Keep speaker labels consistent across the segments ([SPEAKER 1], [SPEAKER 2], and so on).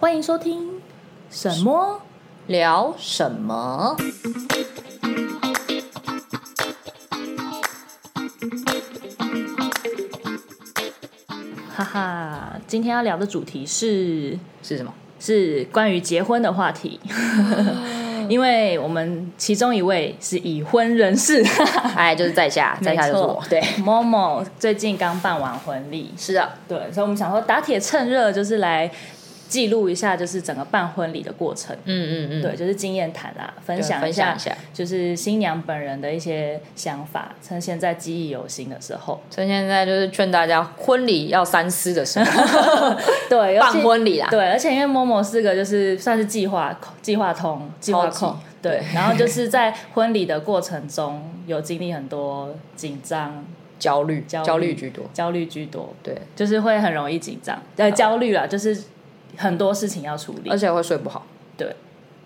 [SPEAKER 1] 欢迎收听什么聊什么。哈哈，今天要聊的主题是
[SPEAKER 2] 是什么？
[SPEAKER 1] 是关于结婚的话题，
[SPEAKER 2] 哦
[SPEAKER 1] 因为我们其中一位是已婚人 士，
[SPEAKER 2] 哎，就是在 下，在下就是我。对，
[SPEAKER 1] 某某最近刚办完婚礼，
[SPEAKER 2] 是啊，
[SPEAKER 1] 对，所以我们想说打铁趁热，就是来记录一下，就是整个办婚礼的过程。
[SPEAKER 2] 嗯嗯嗯，
[SPEAKER 1] 对，就是经验谈啦，分
[SPEAKER 2] 对，
[SPEAKER 1] 享一
[SPEAKER 2] 分
[SPEAKER 1] 下
[SPEAKER 2] 享一，下。
[SPEAKER 1] 就是新娘本人的一些想法，趁现在记忆犹新的时候。
[SPEAKER 2] 趁现在就是劝大家婚礼要三思的时 候，
[SPEAKER 1] 对，尤其
[SPEAKER 2] 办婚礼啦。
[SPEAKER 1] 对，而且因为某某是个就是算是计划计划通、计划控
[SPEAKER 2] 级，
[SPEAKER 1] 对
[SPEAKER 2] 对，
[SPEAKER 1] 然后就是在婚礼的过程中有经历很多紧张、
[SPEAKER 2] 焦虑，
[SPEAKER 1] 焦虑
[SPEAKER 2] 焦虑居多。
[SPEAKER 1] 焦虑居多，
[SPEAKER 2] 对，
[SPEAKER 1] 就是会很容易紧张，呃，焦虑啦，就是很多事情要处理
[SPEAKER 2] 而，且会睡不好。
[SPEAKER 1] 对，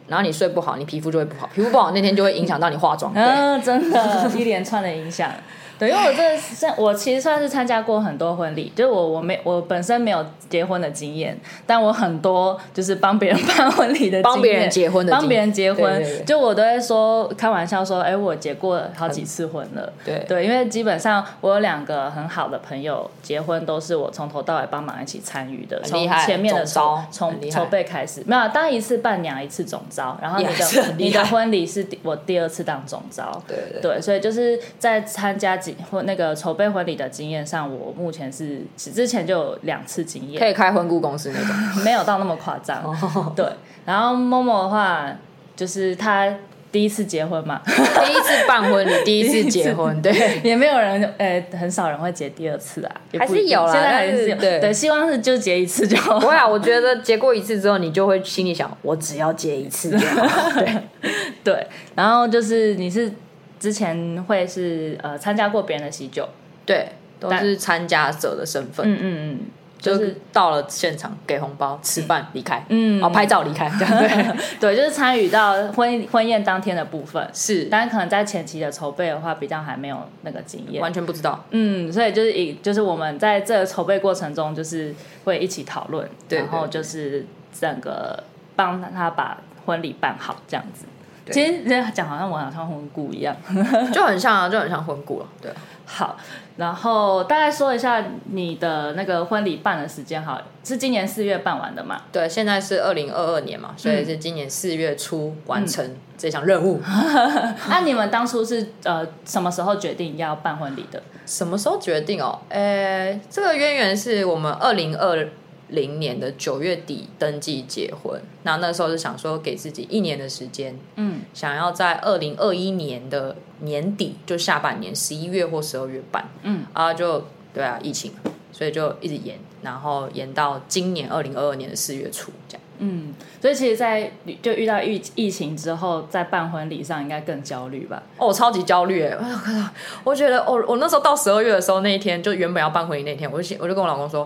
[SPEAKER 2] 然后你睡不好，你皮肤就会不好，皮肤不好那天就会影响到你化 妆。对，
[SPEAKER 1] 嗯，真的，一连串的影响。对，因为我真的是，我其实算是参加过很多婚礼，就是我我没我本身没有结婚的经验，但我很多就是帮别人办婚礼的经验，
[SPEAKER 2] 帮别人结婚的经验
[SPEAKER 1] 帮别人结婚，
[SPEAKER 2] 对对对
[SPEAKER 1] 就我都会说开玩笑说，哎，我结过好几次婚了。
[SPEAKER 2] 对
[SPEAKER 1] 对，因为基本上我有两个很好的朋友结婚，都是我从头到尾帮忙一起参与的，从
[SPEAKER 2] 厉害
[SPEAKER 1] 前面的
[SPEAKER 2] 总招
[SPEAKER 1] 从
[SPEAKER 2] 很
[SPEAKER 1] 从
[SPEAKER 2] 厉
[SPEAKER 1] 筹
[SPEAKER 2] 害
[SPEAKER 1] 备开始，没有啊当一次伴娘，一次总招，然后你
[SPEAKER 2] 也是
[SPEAKER 1] 的
[SPEAKER 2] 很厉
[SPEAKER 1] 你的
[SPEAKER 2] 害
[SPEAKER 1] 婚礼是第我第二次当总招，
[SPEAKER 2] 对对
[SPEAKER 1] 对，所以就是在参加几婚那个筹备婚礼的经验上，我目前是之前就有两次经
[SPEAKER 2] 可哦
[SPEAKER 1] 验，
[SPEAKER 2] 以开婚顾公司那种。
[SPEAKER 1] 没有到那么夸张。 对，然后 Momo 的话，就是她第一次结婚嘛，
[SPEAKER 2] 第一次办婚 礼，第一次结婚，对，
[SPEAKER 1] 也没有人呃，很少人会结第二次啊，也不
[SPEAKER 2] 还是
[SPEAKER 1] 一定
[SPEAKER 2] 有啦
[SPEAKER 1] 现在还
[SPEAKER 2] 但是
[SPEAKER 1] 是有
[SPEAKER 2] 对
[SPEAKER 1] 对，希望是就结一次就好
[SPEAKER 2] 不。会啊，我觉得结过一次之后，你就会心里想，我只要结一次就好。对，
[SPEAKER 1] 对，然后就是你是之前会是呃参加过别人的喜酒，
[SPEAKER 2] 对，都
[SPEAKER 1] 但
[SPEAKER 2] 是参加者的身份。
[SPEAKER 1] 嗯嗯嗯，就
[SPEAKER 2] 就是是到了现场给红包、吃饭、离开，
[SPEAKER 1] 嗯
[SPEAKER 2] 哦，拍照离开，这样对，
[SPEAKER 1] 对，就是参与到婚婚宴当天的部分，
[SPEAKER 2] 是
[SPEAKER 1] 但可能在前期的筹备的话，比较还没有那个经验。
[SPEAKER 2] 完全不知 道，
[SPEAKER 1] 嗯，所以就是以就是我们在这个筹备过程中，就是会一起讨论，
[SPEAKER 2] 对
[SPEAKER 1] 然后
[SPEAKER 2] 对
[SPEAKER 1] 就是整个帮他把婚礼办好这样子。
[SPEAKER 2] 对
[SPEAKER 1] 其实这样讲好像我好像婚顾一样。
[SPEAKER 2] 就很像啊，就很像婚顾了，对啊，
[SPEAKER 1] 好，然后大概说一下你的那个婚礼办的时间，好了，是今年四月办完的 嘛？
[SPEAKER 2] 对，现在是二零二二年嘛，
[SPEAKER 1] 嗯
[SPEAKER 2] 所以是今年四月初完成这项任务。
[SPEAKER 1] 嗯那、你们当初是呃什么时候决定要办婚礼的？
[SPEAKER 2] 什么时候决定哦？呃，这个渊源是我们二零二零年的九月底登记结婚，那那时候就想说给自己一年的时间，
[SPEAKER 1] 嗯，
[SPEAKER 2] 想要在二零二一年的年底，就下半年十一月或十二月办，
[SPEAKER 1] 嗯，
[SPEAKER 2] 啊，就对啊，疫情，所以就一直延，然后延到今年二零二二年的四月初这样。
[SPEAKER 1] 嗯，所以其实在，就遇到疫疫情之后，在办婚礼上应该更焦虑吧？
[SPEAKER 2] 哦，我超级焦虑哎！哎呀 我觉得，哦，我那时候到十二月的时候，那一天就原本要办婚礼那天，我就我就跟我老公说，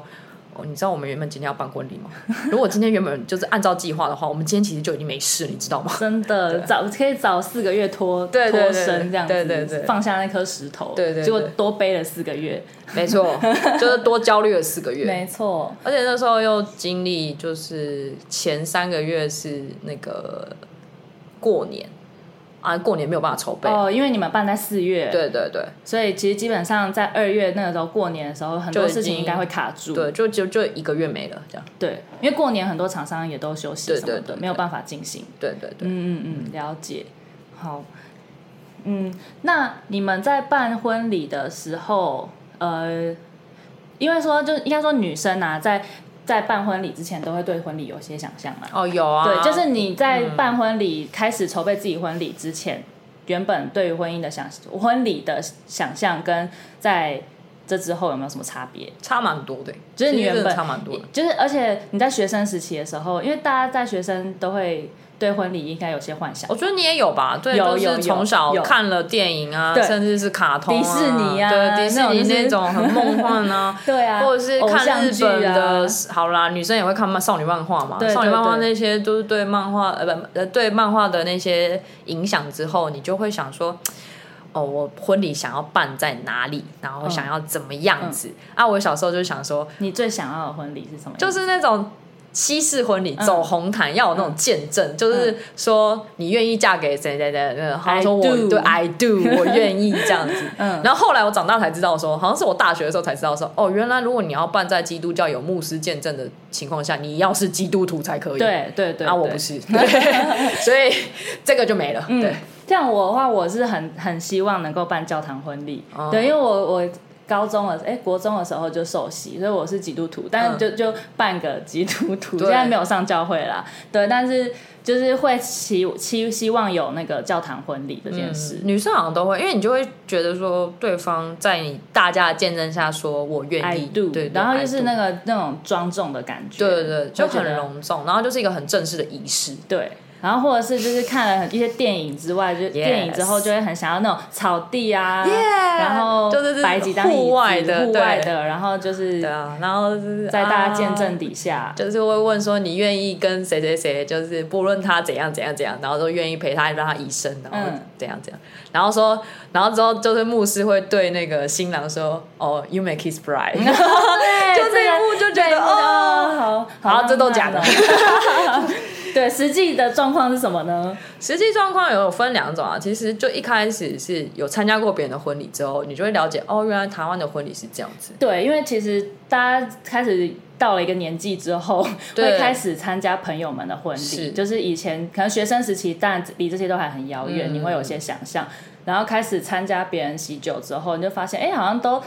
[SPEAKER 2] 哦，你知道我们原本今天要办婚礼吗？ 如果今天原本就是按照计划的话，我们今天其实就已经没事，你知道吗？
[SPEAKER 1] 真的早可以早四个月脱
[SPEAKER 2] 对对
[SPEAKER 1] 脱
[SPEAKER 2] 对
[SPEAKER 1] 身这样子，
[SPEAKER 2] 对对对
[SPEAKER 1] 放下那颗石头，
[SPEAKER 2] 对对对
[SPEAKER 1] 结果多背了四个月，
[SPEAKER 2] 没错，就是多焦虑了四个 月。
[SPEAKER 1] 没错，
[SPEAKER 2] 而且那时候又经历，就是前三个月是那个过年啊，过年没有办法筹备。
[SPEAKER 1] 哦，因为你们办在四月，，
[SPEAKER 2] 对对对
[SPEAKER 1] 所以其实基本上在二月那个时候过年的时候，很多
[SPEAKER 2] 就已
[SPEAKER 1] 事情
[SPEAKER 2] 经
[SPEAKER 1] 应该会卡住，
[SPEAKER 2] 对，就就就一个月没了，这样。
[SPEAKER 1] 对因为过年很多厂商也都休息
[SPEAKER 2] 对
[SPEAKER 1] 什么
[SPEAKER 2] 对
[SPEAKER 1] 的，
[SPEAKER 2] 对
[SPEAKER 1] 没有办法进行，
[SPEAKER 2] 对对对，
[SPEAKER 1] 嗯嗯嗯，了解。好，嗯，那你们在办婚礼的时候，呃，因为说就应该说女生啊，在在办婚礼之前都会对婚礼有些想象嘛。
[SPEAKER 2] 哦，有啊，
[SPEAKER 1] 对，就是你在办婚礼、开始筹备自己婚礼之前，原本对于婚姻的想婚礼的想象跟在这之后有没有什么差别？
[SPEAKER 2] 差蛮多的，
[SPEAKER 1] 就是你
[SPEAKER 2] 其实
[SPEAKER 1] 原
[SPEAKER 2] 真的
[SPEAKER 1] 本
[SPEAKER 2] 差蛮多的。
[SPEAKER 1] 就是，而且你在学生时期的时候，因为大家在学生都会对婚礼应该有些幻想
[SPEAKER 2] 我，觉得你也有吧，对，
[SPEAKER 1] 有
[SPEAKER 2] 就
[SPEAKER 1] 有有
[SPEAKER 2] 是从小
[SPEAKER 1] 有
[SPEAKER 2] 看了电影啊，
[SPEAKER 1] 对
[SPEAKER 2] 甚至是卡通、啊、
[SPEAKER 1] 迪士尼啊
[SPEAKER 2] 对，迪士尼
[SPEAKER 1] 那种就是，
[SPEAKER 2] 那种很梦幻啊
[SPEAKER 1] 对啊，
[SPEAKER 2] 或者是
[SPEAKER 1] 偶
[SPEAKER 2] 看
[SPEAKER 1] 像
[SPEAKER 2] 日
[SPEAKER 1] 剧
[SPEAKER 2] 本
[SPEAKER 1] 啊
[SPEAKER 2] 的，，好啦，女生也会看漫少女漫画嘛
[SPEAKER 1] 对，对
[SPEAKER 2] 少女漫画
[SPEAKER 1] 对
[SPEAKER 2] 那些都是对漫画呃不呃对漫画的那些影响之后，你就会想说。哦，我婚礼想要办在哪里，然后
[SPEAKER 1] 嗯
[SPEAKER 2] 想要怎么样子、啊？我小时候就想说，
[SPEAKER 1] 你最想要的婚礼是什么样？
[SPEAKER 2] 就是那种西式婚
[SPEAKER 1] 嗯
[SPEAKER 2] 礼走红毯要有那种见证，就是说你愿意嫁给谁谁谁，嗯好像说我
[SPEAKER 1] I do
[SPEAKER 2] 对 I do，我 愿意这样子。
[SPEAKER 1] 嗯
[SPEAKER 2] 然后后来我长大才知道说，好像是我大学的时候才知道说，哦，原来如果你要办在基督教有牧师见证的情况下，你要是基督徒才可以。，
[SPEAKER 1] 对对对，
[SPEAKER 2] 啊，我
[SPEAKER 1] 对
[SPEAKER 2] 不是，对 所以这个就没了。对
[SPEAKER 1] 嗯，，像我的话，我是很很希望能够办教堂婚礼，
[SPEAKER 2] 哦
[SPEAKER 1] 对，因为我我高中的哎、国中的时候就受洗，所以我是基督徒，但
[SPEAKER 2] 嗯
[SPEAKER 1] 是就、就半个基督 徒，
[SPEAKER 2] 对
[SPEAKER 1] 现在没有上教会啦，对，但是就是会期期希望有那个教堂婚礼这件事，
[SPEAKER 2] 女生好像都会，因为你就会觉得说，对方在你大家的见证下说我愿
[SPEAKER 1] I
[SPEAKER 2] 意
[SPEAKER 1] do，
[SPEAKER 2] 对，对
[SPEAKER 1] 然后
[SPEAKER 2] I
[SPEAKER 1] 就是
[SPEAKER 2] do
[SPEAKER 1] 那个那种庄重的感觉，
[SPEAKER 2] 对对对，就
[SPEAKER 1] 会觉
[SPEAKER 2] 很
[SPEAKER 1] 得
[SPEAKER 2] 隆重，然后就是一个很正式的仪式。
[SPEAKER 1] 对。然后或者是就是看了一些电影之外，就电影之后就会很想要那种草地啊
[SPEAKER 2] Yeah，
[SPEAKER 1] 然后
[SPEAKER 2] 就是
[SPEAKER 1] 摆几张椅子
[SPEAKER 2] 户外的
[SPEAKER 1] 户外
[SPEAKER 2] 对
[SPEAKER 1] 的，然后就是
[SPEAKER 2] 对啊，然后就是
[SPEAKER 1] 在大家
[SPEAKER 2] 啊
[SPEAKER 1] 见证底下，
[SPEAKER 2] 就是会问说你愿意跟谁谁谁，就是不论他怎样怎样怎样，然后都愿意陪他让他一生，然后
[SPEAKER 1] 嗯
[SPEAKER 2] 怎样怎样，然后说，然后之后就是牧师会对那个新郎说，哦，you may kiss bride，就 这一幕就觉得哦，
[SPEAKER 1] 好，
[SPEAKER 2] 好这都假的
[SPEAKER 1] 浪漫哦。 对，实际的状况是什么呢？
[SPEAKER 2] 实际状况有分两种啊，其实就一开始是有参加过别人的婚礼之后，你就会了解哦，原来台湾的婚礼是这样子。
[SPEAKER 1] 对，因为其实大家开始到了一个年纪之 后，
[SPEAKER 2] 对
[SPEAKER 1] 会开始参加朋友们的婚
[SPEAKER 2] 是
[SPEAKER 1] 礼，就是以前可能学生时期，但离这些都还很遥远，
[SPEAKER 2] 嗯
[SPEAKER 1] 你会有些想象。然后开始参加别人喜酒之后，你就发现，哎、好像都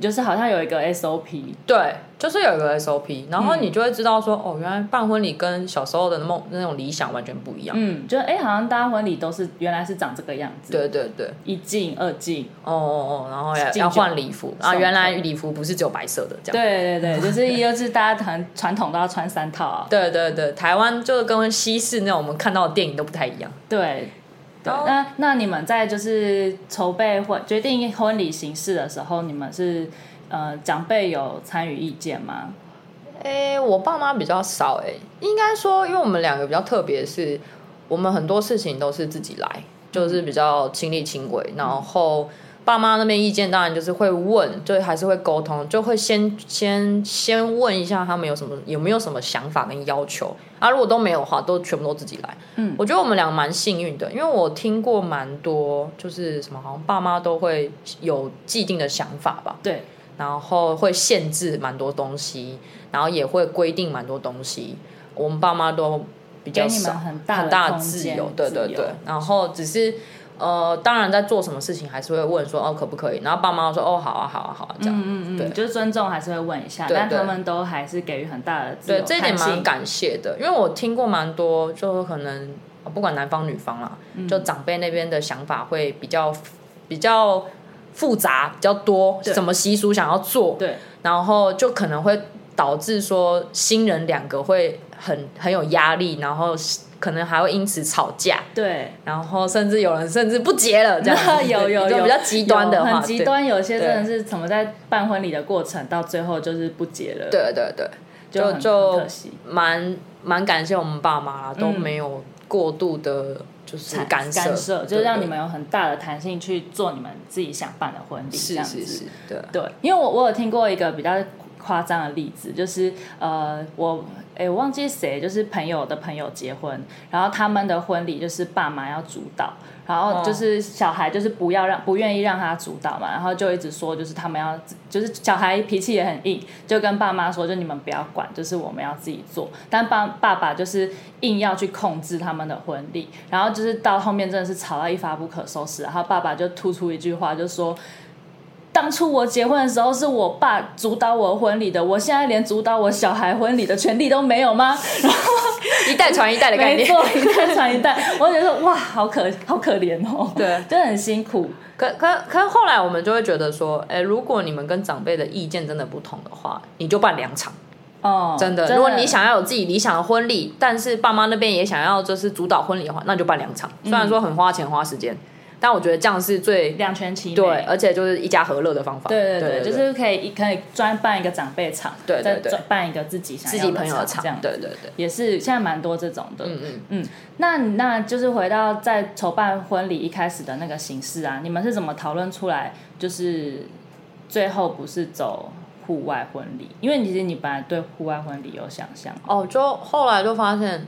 [SPEAKER 1] 就是好像有一个 SOP，
[SPEAKER 2] 对，就是有一个 SOP，然后你就会知道说，哦，原来办婚礼跟小时候的梦那种理想完全不一样。
[SPEAKER 1] 嗯，就哎、好像大家婚礼都是原来是长这个样子，，
[SPEAKER 2] 对对对，
[SPEAKER 1] 一进二进，
[SPEAKER 2] 哦哦哦，然后要
[SPEAKER 1] 敬酒
[SPEAKER 2] 要换礼服啊，
[SPEAKER 1] 送
[SPEAKER 2] 原来礼服不是只有白色的这样。
[SPEAKER 1] 对对对，就是又是大家很传统都要穿三套啊。
[SPEAKER 2] 对对对，台湾就是跟西式那种我们看到的电影都不太一样。
[SPEAKER 1] 对。对
[SPEAKER 2] 哦，
[SPEAKER 1] 那那你们在就是筹备婚决定婚礼形式的时候，你们是呃长辈有参与意见吗？
[SPEAKER 2] 诶、我爸妈比较少诶、应该说，因为我们两个比较特别，是我们很多事情都是自己来，就是比较亲力亲为。然后爸妈那边意见当然就是会问，就还是会沟通，就会先先先问一下他们有什么有没有什么想法跟要求啊。如果都没有的话，都全部都自己来。
[SPEAKER 1] 嗯
[SPEAKER 2] 我觉得我们俩蛮幸运的，因为我听过蛮多，就是什么好像爸妈都会有既定的想法吧。
[SPEAKER 1] 对，
[SPEAKER 2] 然后会限制蛮多东西，然后也会规定蛮多东西。我们爸妈都比较
[SPEAKER 1] 给你
[SPEAKER 2] 少
[SPEAKER 1] 们很大的
[SPEAKER 2] 很大
[SPEAKER 1] 空
[SPEAKER 2] 自
[SPEAKER 1] 间
[SPEAKER 2] 由，对对
[SPEAKER 1] 自由
[SPEAKER 2] 对。然后只是呃，当然在做什么事情还是会问说哦可不可以，然后爸妈说哦好啊好啊好啊这样。
[SPEAKER 1] 嗯嗯
[SPEAKER 2] 对
[SPEAKER 1] 嗯，就是尊重还是会问一下，
[SPEAKER 2] 对
[SPEAKER 1] 但
[SPEAKER 2] 对
[SPEAKER 1] 他们都还是给予很大的自
[SPEAKER 2] 对
[SPEAKER 1] 由，
[SPEAKER 2] 这一点
[SPEAKER 1] 弹性
[SPEAKER 2] 蛮感谢的，因为我听过蛮多，就可能哦不管男方女方啦，
[SPEAKER 1] 嗯
[SPEAKER 2] 就长辈那边的想法会比较比较复杂，比较多，
[SPEAKER 1] 对
[SPEAKER 2] 什么习俗想要做，
[SPEAKER 1] 对
[SPEAKER 2] 然后就可能会导致说新人两个会很很有压力，然后可能还会因此吵架，
[SPEAKER 1] 对，
[SPEAKER 2] 然后甚至有人甚至不结了这样 子，
[SPEAKER 1] 有有
[SPEAKER 2] 就
[SPEAKER 1] 有
[SPEAKER 2] 比较极端的
[SPEAKER 1] 有
[SPEAKER 2] 话，
[SPEAKER 1] 很极
[SPEAKER 2] 对，
[SPEAKER 1] 端，有些
[SPEAKER 2] 对
[SPEAKER 1] 真的是怎么在办婚礼的过程到最后就是不结了，，
[SPEAKER 2] 对对对，
[SPEAKER 1] 就
[SPEAKER 2] 就
[SPEAKER 1] 很
[SPEAKER 2] 就
[SPEAKER 1] 很可惜，
[SPEAKER 2] 蛮蛮感谢我们爸妈啦，都没有过度的，就是干涉，
[SPEAKER 1] 干涉就是
[SPEAKER 2] 对
[SPEAKER 1] 让
[SPEAKER 2] 对
[SPEAKER 1] 你们有很大的弹性去做你们自己想办的婚礼，这
[SPEAKER 2] 是
[SPEAKER 1] 样子
[SPEAKER 2] 是是，对，
[SPEAKER 1] 对，因为我我有听过一个比较夸张的例子，就是呃，我诶我忘记谁，就是朋友的朋友结婚，然后他们的婚礼就是爸妈要主导，然后就是小孩就是不要让不愿意让他主导嘛，然后就一直说就是他们要自就是小孩脾气也很硬，就跟爸妈说就你们不要管，就是我们要自己做，但爸爸爸就是硬要去控制他们的婚礼，然后就是到后面真的是吵到一发不可收拾，然后爸爸就吐出一句话就说。当初我结婚的时候是我爸主导我婚礼的，我现在连主导我小孩婚礼的权利都没有吗？
[SPEAKER 2] 一代传一代的概
[SPEAKER 1] 没
[SPEAKER 2] 念。
[SPEAKER 1] 错，一代传一代，我觉得哇，好可好可怜哦，
[SPEAKER 2] 对
[SPEAKER 1] 真的很辛苦，
[SPEAKER 2] 可可可是后来我们就会觉得说，哎、如果你们跟长辈的意见真的不同的话，你就办两场。
[SPEAKER 1] 哦，
[SPEAKER 2] 真的，如果你想要有自己理想的婚礼，但是爸妈那边也想要就是主导婚礼的话，那你就办两场。虽然说很花钱花时间，嗯但我觉得这样是最
[SPEAKER 1] 两全其美，
[SPEAKER 2] 对，而且就是一家和乐的方法。
[SPEAKER 1] 对对
[SPEAKER 2] 哦对
[SPEAKER 1] 对，就是可以可以专办一个长辈场，
[SPEAKER 2] 对对
[SPEAKER 1] 再
[SPEAKER 2] 对
[SPEAKER 1] 专办一个自己想
[SPEAKER 2] 自
[SPEAKER 1] 要
[SPEAKER 2] 己朋友的
[SPEAKER 1] 场
[SPEAKER 2] 场
[SPEAKER 1] 这样，，
[SPEAKER 2] 对对对，
[SPEAKER 1] 也是现在蛮多这种的，
[SPEAKER 2] 嗯嗯。
[SPEAKER 1] 嗯，那那就是回到在筹办婚礼一开始的那个形式啊，你们是怎么讨论出来？就是最后不是走户外婚礼？因为其实你本来对户外婚礼有想象，
[SPEAKER 2] 哦，就后来就发现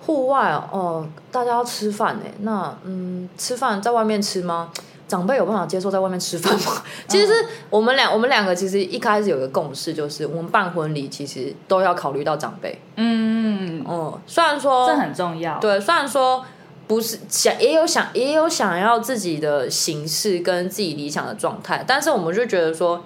[SPEAKER 2] 户外哦，大家要吃饭呢。那嗯，吃饭在外面吃吗？长辈有办法接受在外面吃饭吗？其实我们两我们两个其实一开始有个共识，就是我们办婚礼其实都要考虑到长辈。
[SPEAKER 1] 嗯，
[SPEAKER 2] 嗯，虽然说
[SPEAKER 1] 这很重要。
[SPEAKER 2] 对，虽然说不是想也有想也有想要自己的形式跟自己理想的状态，但是我们就觉得说。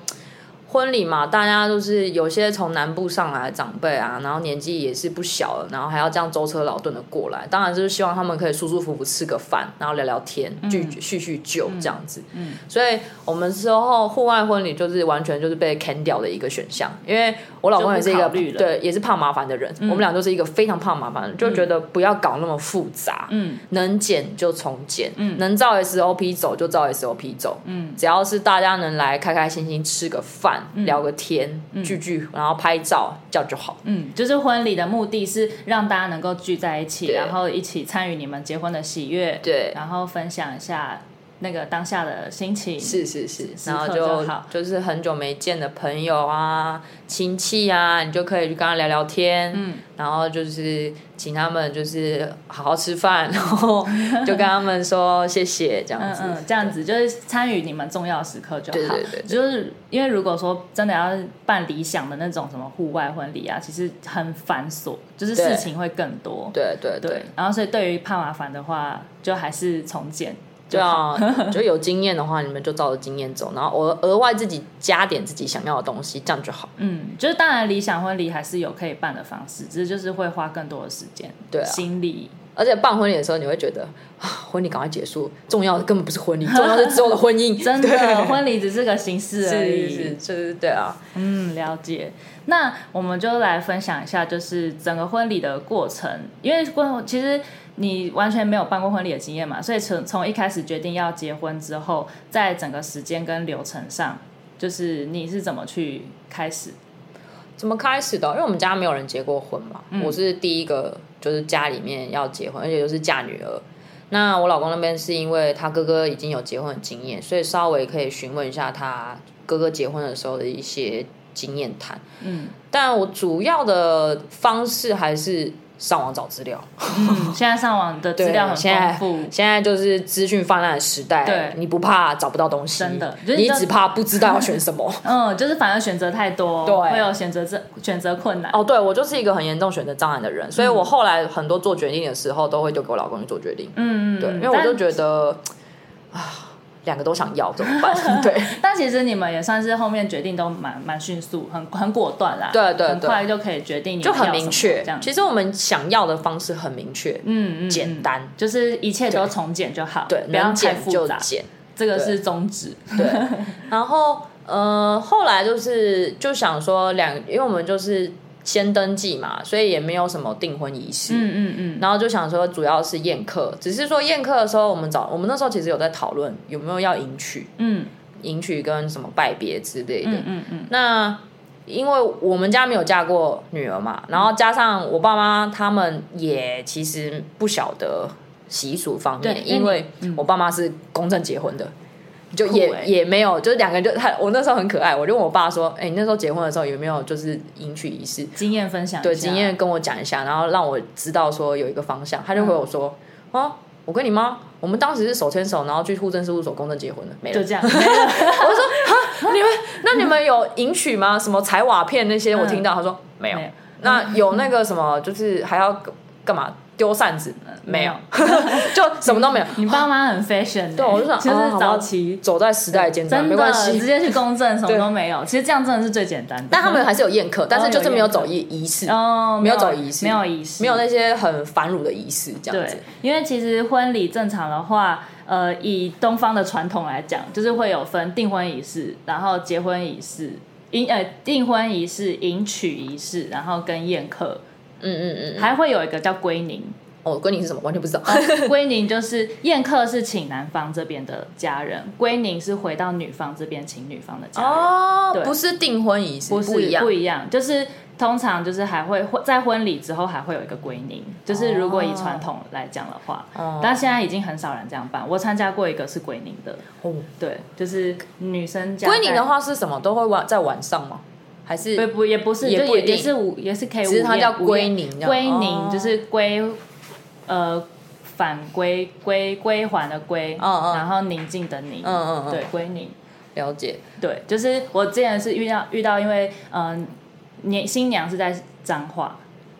[SPEAKER 2] 婚礼嘛，大家都是有些从南部上来的长辈啊，然后年纪也是不小了，然后还要这样舟车劳顿的过来，当然就是希望他们可以舒舒服服吃个饭，然后聊聊天，聚叙叙旧这样子。
[SPEAKER 1] 嗯
[SPEAKER 2] 所以我们之后户外婚礼就是完全就是被 can 掉的一个选项，因为我老公也是一
[SPEAKER 1] 就
[SPEAKER 2] 个
[SPEAKER 1] 不考虑了嗯
[SPEAKER 2] 对也是怕麻烦的人，我们俩都是一个非常怕麻烦的人，就觉得不要搞那么复杂，
[SPEAKER 1] 嗯
[SPEAKER 2] 能减就从减，能照 SOP 走就照 SOP 走，
[SPEAKER 1] 嗯
[SPEAKER 2] 只要是大家能来开开心心吃个饭、聊个天、聚聚，然后拍照这样就好。
[SPEAKER 1] 嗯，就是婚礼的目的是让大家能够聚在一起，
[SPEAKER 2] 对
[SPEAKER 1] 然后一起参与你们结婚的喜悦，
[SPEAKER 2] 对，
[SPEAKER 1] 然后分享一下那个当下的心情。
[SPEAKER 2] 是是是，
[SPEAKER 1] 时
[SPEAKER 2] 然后
[SPEAKER 1] 刻
[SPEAKER 2] 就
[SPEAKER 1] 就好
[SPEAKER 2] 就是很久没见的朋友啊、亲戚啊，你就可以去跟他聊聊天，
[SPEAKER 1] 嗯，
[SPEAKER 2] 然后就是请他们就是好好吃饭， 然后就跟他们说谢谢这样
[SPEAKER 1] 嗯
[SPEAKER 2] 子。
[SPEAKER 1] 嗯，这样子就是参与你们重要时刻就好。
[SPEAKER 2] 对对对对
[SPEAKER 1] 就是因为如果说真的要办理想的那种什么户外婚礼啊，其实很繁琐，就是
[SPEAKER 2] 对
[SPEAKER 1] 事情会更多。
[SPEAKER 2] 对对
[SPEAKER 1] 对，
[SPEAKER 2] 对，
[SPEAKER 1] 然后所以对于怕麻烦的话，就还是从简。
[SPEAKER 2] 对啊，就有经验的话，你们就照着经验走，然后额额外自己加点自己想要的东西，这样就好。
[SPEAKER 1] 嗯，就是当然理想婚礼还是有可以办的方式，只是就是会花更多的时间、
[SPEAKER 2] 对啊
[SPEAKER 1] 心力。
[SPEAKER 2] 而且办婚礼的时候，你会觉得 啊，婚礼赶快结束，重要的根本不是婚礼， 重要的是之后的婚姻。
[SPEAKER 1] 真
[SPEAKER 2] 对
[SPEAKER 1] 的，婚礼只是个形式而
[SPEAKER 2] 是
[SPEAKER 1] 已。
[SPEAKER 2] 是就是对啊，
[SPEAKER 1] 嗯，了解。那我们就来分享一下，就是整个婚礼的过程，因为婚其实你完全没有办过婚礼的经验嘛，所以从从一开始决定要结婚之后，在整个时间跟流程上，就是你是怎么去开始？
[SPEAKER 2] 怎么开始的？因为我们家没有人结过婚嘛，
[SPEAKER 1] 嗯
[SPEAKER 2] 我是第一个，就是家里面要结婚，而且就是嫁女儿。那我老公那边是因为他哥哥已经有结婚的经验，所以稍微可以询问一下他哥哥结婚的时候的一些经验谈。
[SPEAKER 1] 嗯，
[SPEAKER 2] 但我主要的方式还是上网找资料。
[SPEAKER 1] 嗯现在上网的资料很
[SPEAKER 2] 现在
[SPEAKER 1] 丰富，
[SPEAKER 2] 现在就是资讯泛滥的时代，
[SPEAKER 1] 对
[SPEAKER 2] 你不怕找不到东西，
[SPEAKER 1] 真的就是你
[SPEAKER 2] 你
[SPEAKER 1] 知道
[SPEAKER 2] 只怕不知道要选什 么。
[SPEAKER 1] 嗯，就是反而选择太多，
[SPEAKER 2] 对
[SPEAKER 1] 会有选择这选择困难。
[SPEAKER 2] 哦，对我就是一个很严重选择障碍的人，
[SPEAKER 1] 嗯
[SPEAKER 2] 所以我后来很多做决定的时候都会丢给我老公去做决定，
[SPEAKER 1] 嗯，嗯
[SPEAKER 2] 对，
[SPEAKER 1] 嗯
[SPEAKER 2] 因为我
[SPEAKER 1] 但
[SPEAKER 2] 就觉得啊，两个都想要怎 么办？对，
[SPEAKER 1] 但其实你们也算是后面决定都蛮蛮迅速，很很果断啦，
[SPEAKER 2] 对对
[SPEAKER 1] 很
[SPEAKER 2] 对
[SPEAKER 1] 快就可以决定你们
[SPEAKER 2] 就
[SPEAKER 1] 要什
[SPEAKER 2] 很
[SPEAKER 1] 么，
[SPEAKER 2] 明确
[SPEAKER 1] 这样。子。
[SPEAKER 2] 其实我们想要的方式很明确，
[SPEAKER 1] 嗯嗯，嗯
[SPEAKER 2] 简，单，
[SPEAKER 1] 就是一切都从简就好，
[SPEAKER 2] 对，
[SPEAKER 1] 不要
[SPEAKER 2] 能
[SPEAKER 1] 太
[SPEAKER 2] 减
[SPEAKER 1] 复
[SPEAKER 2] 就
[SPEAKER 1] 杂，
[SPEAKER 2] 减，
[SPEAKER 1] 这个是宗旨。
[SPEAKER 2] 对，然后呃，后来就是就想说两，因为我们就是先登记嘛，所以也没有什么订婚仪式。
[SPEAKER 1] 嗯嗯嗯，
[SPEAKER 2] 然后就想说，主要是宴客，只是说宴客的时候，我们找我们那时候其实有在讨论有没有要迎娶，
[SPEAKER 1] 嗯
[SPEAKER 2] 迎娶跟什么拜别之类的。
[SPEAKER 1] 嗯嗯嗯，
[SPEAKER 2] 那因为我们家没有嫁过女儿嘛，然后加上我爸妈他们也其实不晓得习俗方
[SPEAKER 1] 对
[SPEAKER 2] 面，
[SPEAKER 1] 因
[SPEAKER 2] 因
[SPEAKER 1] 为
[SPEAKER 2] 为
[SPEAKER 1] 你嗯
[SPEAKER 2] 我爸妈是公证结婚的。就也、
[SPEAKER 1] 酷欸
[SPEAKER 2] 也没有，就是两个人就他，我那时候很可爱，我就问我爸说：“哎、你那时候结婚的时候有没有就是迎娶仪式？
[SPEAKER 1] 经验分享一下，
[SPEAKER 2] 对，经验跟我讲一下，然后让我知道说有一个方向。”他就回我说：“哦，我跟你妈，我们当时是手牵手，然后去户政事务所公证结婚的，没了
[SPEAKER 1] 就。 这样，没了
[SPEAKER 2] 你们那你们有迎娶吗？什么踩瓦片那些？我听到他说嗯没有
[SPEAKER 1] 没有。
[SPEAKER 2] 那有那个什么，就是还要干嘛丢扇子？嗯没有， 就什么都没有。
[SPEAKER 1] 你爸妈很 fashion，欸
[SPEAKER 2] 对，我就想，
[SPEAKER 1] 就
[SPEAKER 2] 哦好
[SPEAKER 1] 是
[SPEAKER 2] 吧
[SPEAKER 1] 早期。
[SPEAKER 2] 走在时代的尖端，
[SPEAKER 1] 真
[SPEAKER 2] 没
[SPEAKER 1] 的
[SPEAKER 2] 关
[SPEAKER 1] 直
[SPEAKER 2] 系。
[SPEAKER 1] 接去公证，什么都没有。其实这样真的是最简单的。
[SPEAKER 2] 但他们还是有宴客，但
[SPEAKER 1] 哦
[SPEAKER 2] 是就是
[SPEAKER 1] 有
[SPEAKER 2] 没有
[SPEAKER 1] 宴客
[SPEAKER 2] 走仪仪式，
[SPEAKER 1] 哦，
[SPEAKER 2] 没有走仪式
[SPEAKER 1] 没有仪式，
[SPEAKER 2] 没有那些很繁缛的仪式这样子
[SPEAKER 1] 对。，因为其实婚礼正常的话，呃，以东方的传统来讲，就是会有分订婚仪式，然后结婚仪式、迎呃订婚仪式、迎娶仪式，然后跟宴客，
[SPEAKER 2] 嗯嗯嗯。
[SPEAKER 1] 还会有一个叫归 宁。
[SPEAKER 2] 哦，闺女是什么？完全不知道。
[SPEAKER 1] 归宁就是宴客是请男方这边的家人，归宁是回到女方这边请女方的 家人。
[SPEAKER 2] 哦
[SPEAKER 1] 对
[SPEAKER 2] 不是订婚仪式，
[SPEAKER 1] 不是
[SPEAKER 2] 一样
[SPEAKER 1] 不。一样，就是通常就是还会会在婚礼之后还会有一个归宁，就是如果以传统来讲的话，
[SPEAKER 2] 哦
[SPEAKER 1] 但现在已经很少人这样办。我参加过一个是归宁的，
[SPEAKER 2] 哦
[SPEAKER 1] 对，就是女生家
[SPEAKER 2] 闺女
[SPEAKER 1] 在
[SPEAKER 2] 的，话是什么？都会晚在晚上吗？还是
[SPEAKER 1] 不不也不是，
[SPEAKER 2] 也
[SPEAKER 1] 就
[SPEAKER 2] 不
[SPEAKER 1] 也
[SPEAKER 2] 一定
[SPEAKER 1] 也是五也是可以无
[SPEAKER 2] 只是它
[SPEAKER 1] 烟
[SPEAKER 2] 叫
[SPEAKER 1] 无
[SPEAKER 2] 归
[SPEAKER 1] 烟
[SPEAKER 2] 宁这样
[SPEAKER 1] 归
[SPEAKER 2] 哦
[SPEAKER 1] 宁就是归呃返归归归还的归，
[SPEAKER 2] 嗯嗯
[SPEAKER 1] 然后宁静的宁，
[SPEAKER 2] 嗯嗯嗯
[SPEAKER 1] 对归宁，
[SPEAKER 2] 了解？
[SPEAKER 1] 对，就是我之前是遇到遇到，因为嗯年新娘是在彰化。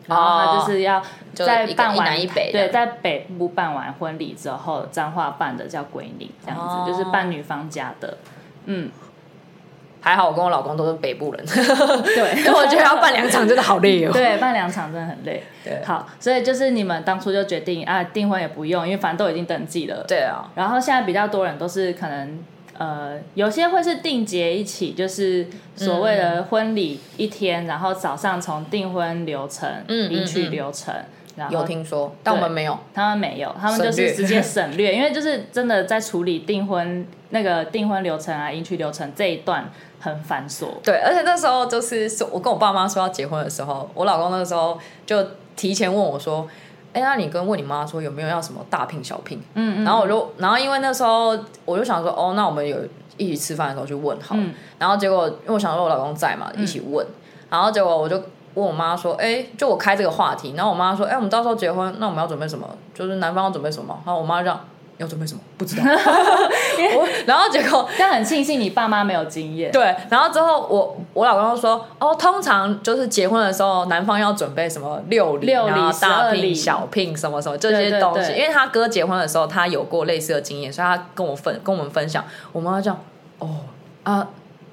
[SPEAKER 1] 然后她就是要
[SPEAKER 2] 哦就
[SPEAKER 1] 在
[SPEAKER 2] 一个
[SPEAKER 1] 办
[SPEAKER 2] 一
[SPEAKER 1] 完
[SPEAKER 2] 南一北这
[SPEAKER 1] 对，
[SPEAKER 2] 样
[SPEAKER 1] 在北部办完婚礼之后，彰化办的叫归宁，这样子、
[SPEAKER 2] 哦
[SPEAKER 1] 就是办女方家的，嗯，
[SPEAKER 2] 还好我跟我老公都是北部 人，
[SPEAKER 1] 对，
[SPEAKER 2] 我觉得要办两场真的好累 哦。
[SPEAKER 1] 对，办两场真的很累。
[SPEAKER 2] 对
[SPEAKER 1] 好，所以就是你们当初就决定啊，订婚也不用，因为反正都已经登记了。。
[SPEAKER 2] 对啊，
[SPEAKER 1] 然后现在比较多人都是可能呃，有些会是订结一起，就是所谓的婚礼一天，然后早上从订婚流程、
[SPEAKER 2] 嗯
[SPEAKER 1] 迎娶
[SPEAKER 2] 嗯
[SPEAKER 1] 流程，然后
[SPEAKER 2] 有听说，但我们没有。
[SPEAKER 1] 他们没有，他们就
[SPEAKER 2] 省
[SPEAKER 1] 是
[SPEAKER 2] 略
[SPEAKER 1] 直接省略，因为就是真的在处理订婚那个订婚流程啊、迎娶流程这一段很繁琐。
[SPEAKER 2] 对，而且那时候就是说，我跟我爸妈说要结婚的时候，我老公那时候就提前问我说：“哎，那你跟问你妈说有没有要什么大聘小聘？”
[SPEAKER 1] 嗯嗯
[SPEAKER 2] 然后我就，然后因为那时候我就想说，哦，那我们有一起吃饭的时候去问好了。
[SPEAKER 1] 嗯
[SPEAKER 2] 然后结果因为我想说我老公在嘛，一起问。然后结果我就问我妈说，哎，就我开这个话题，然后我妈说，哎，我们到时候结婚，那我们要准备什么？就是男方要准备什么？然后我妈就这样，要准备什么？不知道。 我然后结果
[SPEAKER 1] 但很庆幸你爸妈没有经验。
[SPEAKER 2] 对，然后之后我我老公就说，哦，通常就是结婚的时候，男方要准备什么六礼
[SPEAKER 1] 六礼
[SPEAKER 2] 啊、
[SPEAKER 1] 十
[SPEAKER 2] 大
[SPEAKER 1] 二
[SPEAKER 2] 聘、
[SPEAKER 1] 礼
[SPEAKER 2] 小聘什么什么这
[SPEAKER 1] 对
[SPEAKER 2] 些
[SPEAKER 1] 对
[SPEAKER 2] 东西。
[SPEAKER 1] 对
[SPEAKER 2] 因为他哥结婚的时候，他有过类似的经验，所以他跟我分跟我们分享，我妈就这样，哦啊。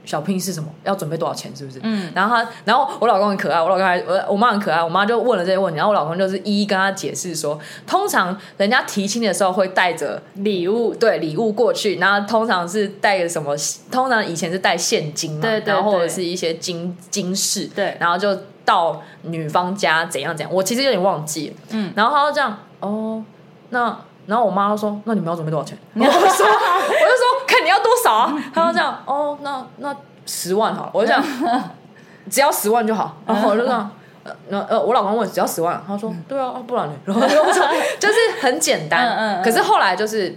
[SPEAKER 2] 小聘是什么？要准备多少钱？是不是？
[SPEAKER 1] 嗯
[SPEAKER 2] 然后他，然后我老公很可爱，我老公还我我妈很可爱，我妈就问了这些问题，然后我老公就是一一跟他解释说，通常人家提亲的时候会带着
[SPEAKER 1] 礼物
[SPEAKER 2] 对礼物过去，然后通常是带什么？通常以前是带现金嘛，
[SPEAKER 1] 对对
[SPEAKER 2] 然后或者
[SPEAKER 1] 对
[SPEAKER 2] 是一些金金饰，
[SPEAKER 1] 对
[SPEAKER 2] 然后就到女方家怎样怎样。我其实有点忘记了，
[SPEAKER 1] 嗯
[SPEAKER 2] 然后他就这样哦，那然后我妈就说：“那你们要准备多少 钱？”我就说：“我就说看你要多少啊。”他就这样哦，那那十万好了，我就想 只要十万就好，
[SPEAKER 1] 嗯
[SPEAKER 2] 然后我就这样。呃那呃，我老公问只要十万，他说对啊，啊不然呢？ 然后就就是很简单，
[SPEAKER 1] 嗯嗯嗯
[SPEAKER 2] 可是后来就是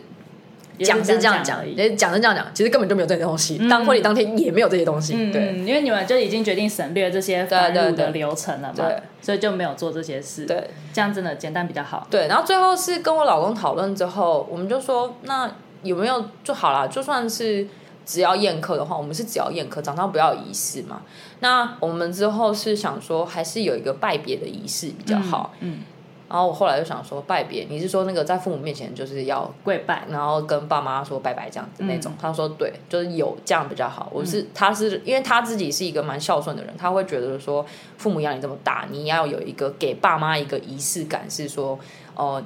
[SPEAKER 1] 也
[SPEAKER 2] 讲是这
[SPEAKER 1] 讲而
[SPEAKER 2] 样讲，
[SPEAKER 1] 已。
[SPEAKER 2] 也讲是这样讲，其实根本就没有这些东西。当婚礼当天也没有这些东西，
[SPEAKER 1] 嗯，
[SPEAKER 2] 对
[SPEAKER 1] 嗯因为你们就已经决定省略这些繁
[SPEAKER 2] 对对
[SPEAKER 1] 缛
[SPEAKER 2] 对
[SPEAKER 1] 的流程了嘛，
[SPEAKER 2] 对
[SPEAKER 1] 所以就没有做这些事。，
[SPEAKER 2] 对
[SPEAKER 1] 这样真的简单比较好。
[SPEAKER 2] 对。然后最后是跟我老公讨论之后，我们就说那有没有就好啦，就算是只要宴客的话，我们是只要宴客，早上不要有仪式嘛。那我们之后是想说，还是有一个拜别的仪式比较好。
[SPEAKER 1] 嗯，
[SPEAKER 2] 然后我后来就想说，拜别，你是说那个在父母面前就是要
[SPEAKER 1] 跪拜，
[SPEAKER 2] 然后跟爸妈说拜拜这样子那种。
[SPEAKER 1] 嗯
[SPEAKER 2] 他说对，就是有这样比较好。我是、他是因为他自己是一个蛮孝顺的人，他会觉得说父母养你这么大，你要有一个给爸妈一个仪式感，是说哦、呃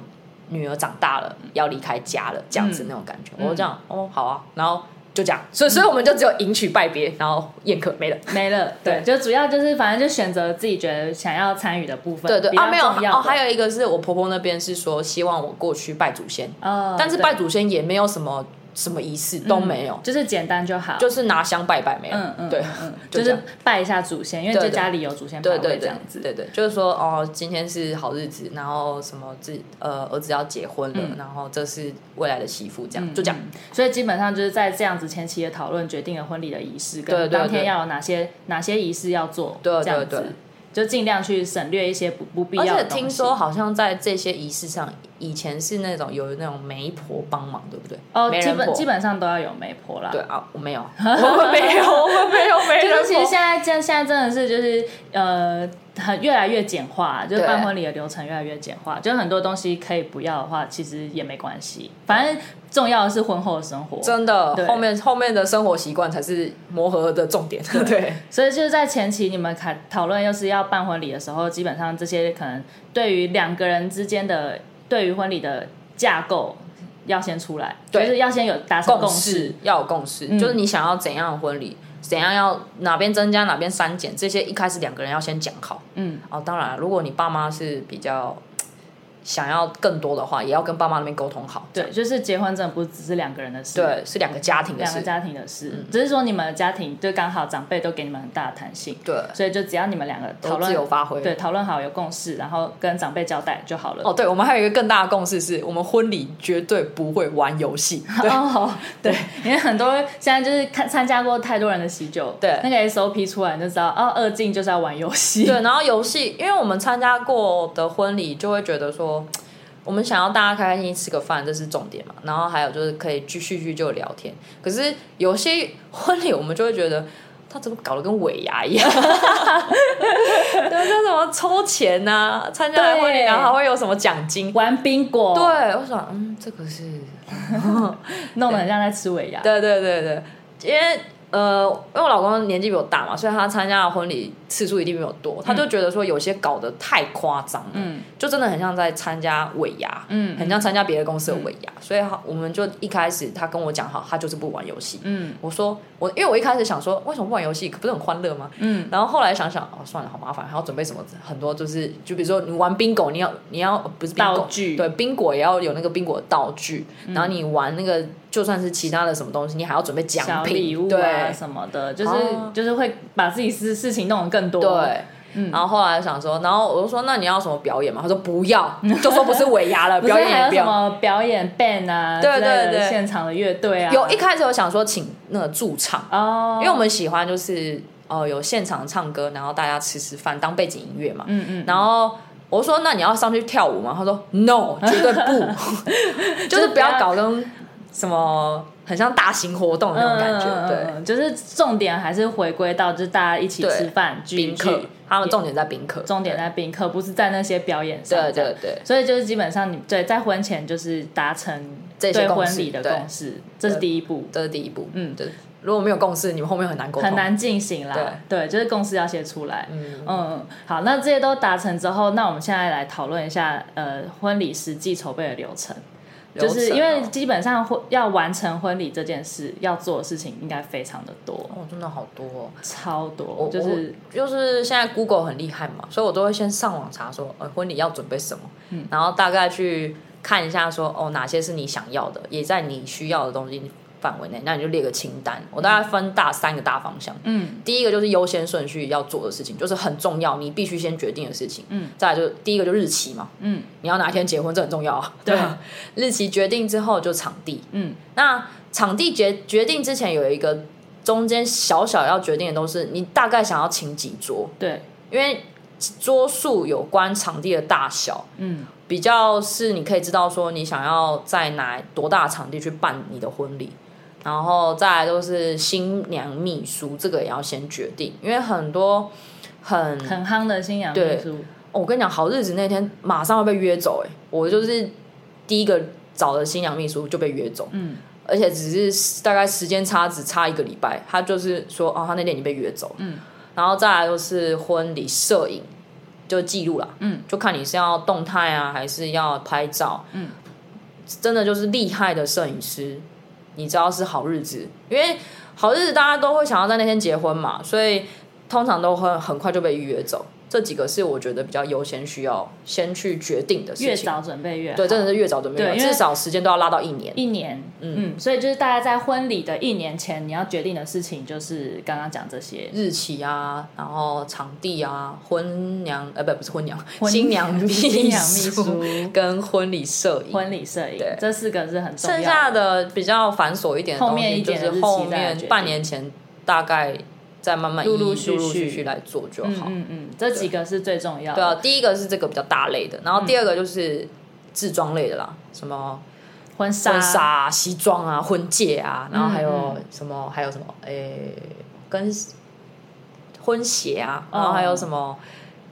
[SPEAKER 2] 女儿长大了要离开家了这样子
[SPEAKER 1] 嗯
[SPEAKER 2] 那种感觉。我就这样哦好啊，然后就这样，所以所以我们就只有迎娶拜别，然后宴客 没了。
[SPEAKER 1] 没了。
[SPEAKER 2] 对
[SPEAKER 1] 对，就主要就是反正就选择自己觉得想要参与的部分，
[SPEAKER 2] 对对
[SPEAKER 1] 比
[SPEAKER 2] 啊
[SPEAKER 1] 较
[SPEAKER 2] 没有
[SPEAKER 1] 重要
[SPEAKER 2] 哦，还
[SPEAKER 1] 有，
[SPEAKER 2] 有一个是我婆婆那边是说希望我过去拜祖先，
[SPEAKER 1] 呃
[SPEAKER 2] 但是
[SPEAKER 1] 对
[SPEAKER 2] 拜祖先也没有什么什么仪式都没有
[SPEAKER 1] 嗯。就是简单就好。
[SPEAKER 2] 就是拿香拜拜没了，
[SPEAKER 1] 嗯嗯，
[SPEAKER 2] 对
[SPEAKER 1] 嗯，嗯
[SPEAKER 2] 就
[SPEAKER 1] 就
[SPEAKER 2] 这
[SPEAKER 1] 是
[SPEAKER 2] 样
[SPEAKER 1] 拜一下祖先，因为
[SPEAKER 2] 对对
[SPEAKER 1] 就家里有祖先
[SPEAKER 2] 对
[SPEAKER 1] 牌
[SPEAKER 2] 对
[SPEAKER 1] 位这
[SPEAKER 2] 对
[SPEAKER 1] 样子。
[SPEAKER 2] 对对，就是说哦，今天是好日子，然后什么自呃儿子要结婚了，然后这是未来的媳妇，这样、就这样。
[SPEAKER 1] 嗯所以基本上就是在这样子前期的讨论，决定了婚礼的仪式
[SPEAKER 2] 对
[SPEAKER 1] 跟
[SPEAKER 2] 对
[SPEAKER 1] 当天
[SPEAKER 2] 对
[SPEAKER 1] 要有哪些哪些仪式要做，
[SPEAKER 2] 对对
[SPEAKER 1] 这样
[SPEAKER 2] 对
[SPEAKER 1] 子就尽量去省略一些不不必
[SPEAKER 2] 而
[SPEAKER 1] 要
[SPEAKER 2] 且
[SPEAKER 1] 的东
[SPEAKER 2] 听
[SPEAKER 1] 西
[SPEAKER 2] 说好像在这些仪式上，以前是那种有那种媒婆帮忙，对不对？
[SPEAKER 1] 哦，
[SPEAKER 2] 媒
[SPEAKER 1] 基
[SPEAKER 2] 人
[SPEAKER 1] 本
[SPEAKER 2] 婆
[SPEAKER 1] 基本上都要有媒婆啦。
[SPEAKER 2] 对。啊，我 没有，我们没有，我们没有媒
[SPEAKER 1] 就是
[SPEAKER 2] 人
[SPEAKER 1] 其实
[SPEAKER 2] 婆
[SPEAKER 1] 现。在真现在真的是就是呃很越来越简化，就是
[SPEAKER 2] 对
[SPEAKER 1] 办婚礼的流程越来越简化，就是很多东西可以不要的话，其实也没关系，反正重要的是婚后的生活。
[SPEAKER 2] 真的
[SPEAKER 1] 对，
[SPEAKER 2] 后面后面的生活习惯才是磨合的重点。 对，
[SPEAKER 1] 所以就是在前期你们讨讨论，又是要办婚礼的时候，基本上这些可能对于两个人之间的对于婚礼的架构要先出来，就
[SPEAKER 2] 对
[SPEAKER 1] 是要先有达成
[SPEAKER 2] 共
[SPEAKER 1] 识嗯
[SPEAKER 2] 识。要有共识，就是你想要怎样的婚礼，怎样要哪边增加哪边删减，这些一开始两个人要先讲好。
[SPEAKER 1] 嗯，
[SPEAKER 2] 哦，当然，如果你爸妈是比较想要更多的话，也要跟爸妈那边沟通好。
[SPEAKER 1] 对，就是结婚真的不只是两个人的事，，
[SPEAKER 2] 对，嗯是两个家庭的
[SPEAKER 1] 两个
[SPEAKER 2] 事。
[SPEAKER 1] 家庭的事，只是说你们的家庭就刚好长辈都给你们很大的弹性，
[SPEAKER 2] 对，
[SPEAKER 1] 所以就只要你们两个讨
[SPEAKER 2] 嗯都自
[SPEAKER 1] 论
[SPEAKER 2] 由发挥。
[SPEAKER 1] 对，讨论好有共识，然后跟长辈交代就好了。
[SPEAKER 2] 哦，对，我们还有一个更大的共识是，我们婚礼绝对不会玩游戏。对，
[SPEAKER 1] 哦，对，因为很多现在就是看参加过太多人的喜酒，
[SPEAKER 2] 对
[SPEAKER 1] 那个 SOP 出来你就知道，哦，二进就是要玩游戏，
[SPEAKER 2] 对，然后游戏，因为我们参加过的婚礼，就会觉得说，我们想要大家开开心心吃个饭，这是重点嘛。然后还有就是可以继续叙旧聊天。可是有些婚礼，我们就会觉得。他怎么搞得跟尾牙一样？ 对，就什么抽钱呐、啊，参加了婚礼，
[SPEAKER 1] 对
[SPEAKER 2] 然后还会有什么奖金？
[SPEAKER 1] 玩冰果，
[SPEAKER 2] 对，，我想，嗯，这个是
[SPEAKER 1] 弄得很像在吃尾牙。
[SPEAKER 2] 对对对对，因为呃，因为我老公年纪比我大嘛，所以他参加的婚礼次数一定比我多。他就觉得说有些搞得太夸张了，
[SPEAKER 1] 嗯
[SPEAKER 2] 就真的很像在参加尾牙，
[SPEAKER 1] 嗯
[SPEAKER 2] 很像参加别的公司的尾牙。所以他我们就一开始他跟我讲好，他就是不玩游戏。
[SPEAKER 1] 嗯
[SPEAKER 2] 我说我，因为我一开始想说，为什么不玩游戏？不是很欢乐吗？
[SPEAKER 1] 嗯，
[SPEAKER 2] 然后后来想想，哦，算了，好麻烦，还要准备什么很多，就是就比如说你玩 bingo，你要你要不是 bingo,
[SPEAKER 1] 道具嗯
[SPEAKER 2] 对 bingo 也要有那个 bingo 的道具，然后你玩那个就算是其他的什么东西，你还要准备奖
[SPEAKER 1] 小
[SPEAKER 2] 品，
[SPEAKER 1] 礼物啊
[SPEAKER 2] 对
[SPEAKER 1] 什么的，就是、
[SPEAKER 2] 哦
[SPEAKER 1] 就是会把自己事事情弄得更多。
[SPEAKER 2] 对。
[SPEAKER 1] 嗯
[SPEAKER 2] 然后后来想说，然后我就说，那你要什么表演嘛？他说不要，就说不是尾牙了，
[SPEAKER 1] 不是
[SPEAKER 2] 表演
[SPEAKER 1] 还
[SPEAKER 2] 也
[SPEAKER 1] 有
[SPEAKER 2] 不
[SPEAKER 1] 什
[SPEAKER 2] 要。
[SPEAKER 1] 么表演 band 啊，
[SPEAKER 2] 对
[SPEAKER 1] 之类的
[SPEAKER 2] 对对
[SPEAKER 1] 现场的乐队啊，
[SPEAKER 2] 有一开始有想说请那个驻唱，
[SPEAKER 1] 哦，
[SPEAKER 2] 因为我们喜欢就是呃有现场唱歌，然后大家吃吃饭当背景音乐嘛。
[SPEAKER 1] 嗯嗯，
[SPEAKER 2] 然后我说：“那你要上去跳舞吗？”他说：“No，绝 对不，就是不要搞跟什么很像大型活动的那种感觉。
[SPEAKER 1] 嗯
[SPEAKER 2] 对，
[SPEAKER 1] 嗯嗯就是重点还是回归到就是大家一起
[SPEAKER 2] 对
[SPEAKER 1] 吃饭聚一
[SPEAKER 2] 宾
[SPEAKER 1] 聚，
[SPEAKER 2] 客他们重点在宾客，
[SPEAKER 1] 重点在宾客，不是在那些表演上。
[SPEAKER 2] 对
[SPEAKER 1] 这样
[SPEAKER 2] 对对
[SPEAKER 1] 所以就是基本上你对在婚前就是达成
[SPEAKER 2] 这些
[SPEAKER 1] 对
[SPEAKER 2] 共识
[SPEAKER 1] 婚礼的
[SPEAKER 2] 对
[SPEAKER 1] 共识，这是第一步，
[SPEAKER 2] 这是第一步。
[SPEAKER 1] 嗯
[SPEAKER 2] 对，如果没有共识，你们后面很难沟通。
[SPEAKER 1] 很难进行啦。对，就是共识要写出来。
[SPEAKER 2] 嗯，
[SPEAKER 1] 嗯，好，那这些都达成之后，那我们现在来讨论一下呃婚礼实际筹备的流程，
[SPEAKER 2] 流
[SPEAKER 1] 就
[SPEAKER 2] 程哦
[SPEAKER 1] 是因为基本上婚要完成婚礼这件事要做的事情应该非常的多，
[SPEAKER 2] 哦，真的好多哦。
[SPEAKER 1] 超多，
[SPEAKER 2] 我
[SPEAKER 1] 就是
[SPEAKER 2] 我就是现在 Google 很厉害嘛，所以我都会先上网查说，呃，婚礼要准备什么，
[SPEAKER 1] 嗯
[SPEAKER 2] 然后大概去看一下说，哦，哪些是你想要的，也在你需要的东西范围内，那你就列个清单。我大概分大三个大方向，
[SPEAKER 1] 嗯
[SPEAKER 2] 第一个就是优先顺序要做的事情，就是很重要，你必须先决定的事情。
[SPEAKER 1] 嗯，
[SPEAKER 2] 再来就是第一个就日期嘛，
[SPEAKER 1] 嗯
[SPEAKER 2] 你要哪天结婚，这很重要啊。
[SPEAKER 1] 对
[SPEAKER 2] 吧，日期决定之后就场地，
[SPEAKER 1] 嗯
[SPEAKER 2] 那场地决决定之前有一个中间小小要决定的都是你大概想要请几桌，
[SPEAKER 1] 对
[SPEAKER 2] 因为桌数有关场地的大小，
[SPEAKER 1] 嗯
[SPEAKER 2] 比较是你可以知道说你想要在哪多大的场地去办你的婚礼。然后再来就是新娘秘书，这个也要先决定，因为很多很
[SPEAKER 1] 很夯的新娘秘
[SPEAKER 2] 对
[SPEAKER 1] 书，
[SPEAKER 2] 哦我跟你讲，好日子那天马上会被约走、欸，我就是第一个找的新娘秘书就被约走，
[SPEAKER 1] 嗯
[SPEAKER 2] 而且只是大概时间差只差一个礼拜，他就是说哦，他那天已经被约走了，
[SPEAKER 1] 嗯
[SPEAKER 2] 然后再来就是婚礼摄影，就记录啦，
[SPEAKER 1] 嗯
[SPEAKER 2] 就看你是要动态啊，还是要拍照，
[SPEAKER 1] 嗯，
[SPEAKER 2] 真的就是厉害的摄影师，你知道是好日子，因为好日子大家都会想要在那天结婚嘛，所以通常都会很快就被预约走。这几个是我觉得比较优先需要先去决定的事情，
[SPEAKER 1] 越早准备越好。
[SPEAKER 2] 对，真的是越早准备越好，
[SPEAKER 1] 对因为
[SPEAKER 2] 至少时间都要拉到一年。
[SPEAKER 1] 一年，
[SPEAKER 2] 嗯
[SPEAKER 1] 嗯所以就是大家在婚礼的一年前，你要决定的事情就是刚刚讲这些。
[SPEAKER 2] 日期啊，然后场地啊，婚娘呃不不是婚娘，
[SPEAKER 1] 婚
[SPEAKER 2] 新娘秘
[SPEAKER 1] 新娘秘
[SPEAKER 2] 书
[SPEAKER 1] 书
[SPEAKER 2] 跟婚礼摄影，
[SPEAKER 1] 婚礼啊摄影
[SPEAKER 2] 对
[SPEAKER 1] 这四个是很重要
[SPEAKER 2] 剩下的比较繁琐一点的
[SPEAKER 1] 后
[SPEAKER 2] 东西
[SPEAKER 1] 面一点的
[SPEAKER 2] 就是
[SPEAKER 1] 日
[SPEAKER 2] 后
[SPEAKER 1] 期再来决
[SPEAKER 2] 面
[SPEAKER 1] 定
[SPEAKER 2] 半年前大概再慢慢一一
[SPEAKER 1] 陆
[SPEAKER 2] 陆
[SPEAKER 1] 陆续续
[SPEAKER 2] 续续来做就
[SPEAKER 1] 嗯
[SPEAKER 2] 好。
[SPEAKER 1] 嗯嗯，这几个是最重要
[SPEAKER 2] 对啊，
[SPEAKER 1] 的。
[SPEAKER 2] 第一个是这个比较大类的，然
[SPEAKER 1] 嗯
[SPEAKER 2] 后第二个就是制装类的啦，什么
[SPEAKER 1] 婚纱，
[SPEAKER 2] 婚纱、啊、西装啊、婚戒啊，然后还有
[SPEAKER 1] 嗯
[SPEAKER 2] 什么，还有什么，诶，跟婚鞋啊，
[SPEAKER 1] 哦
[SPEAKER 2] 然后还有什么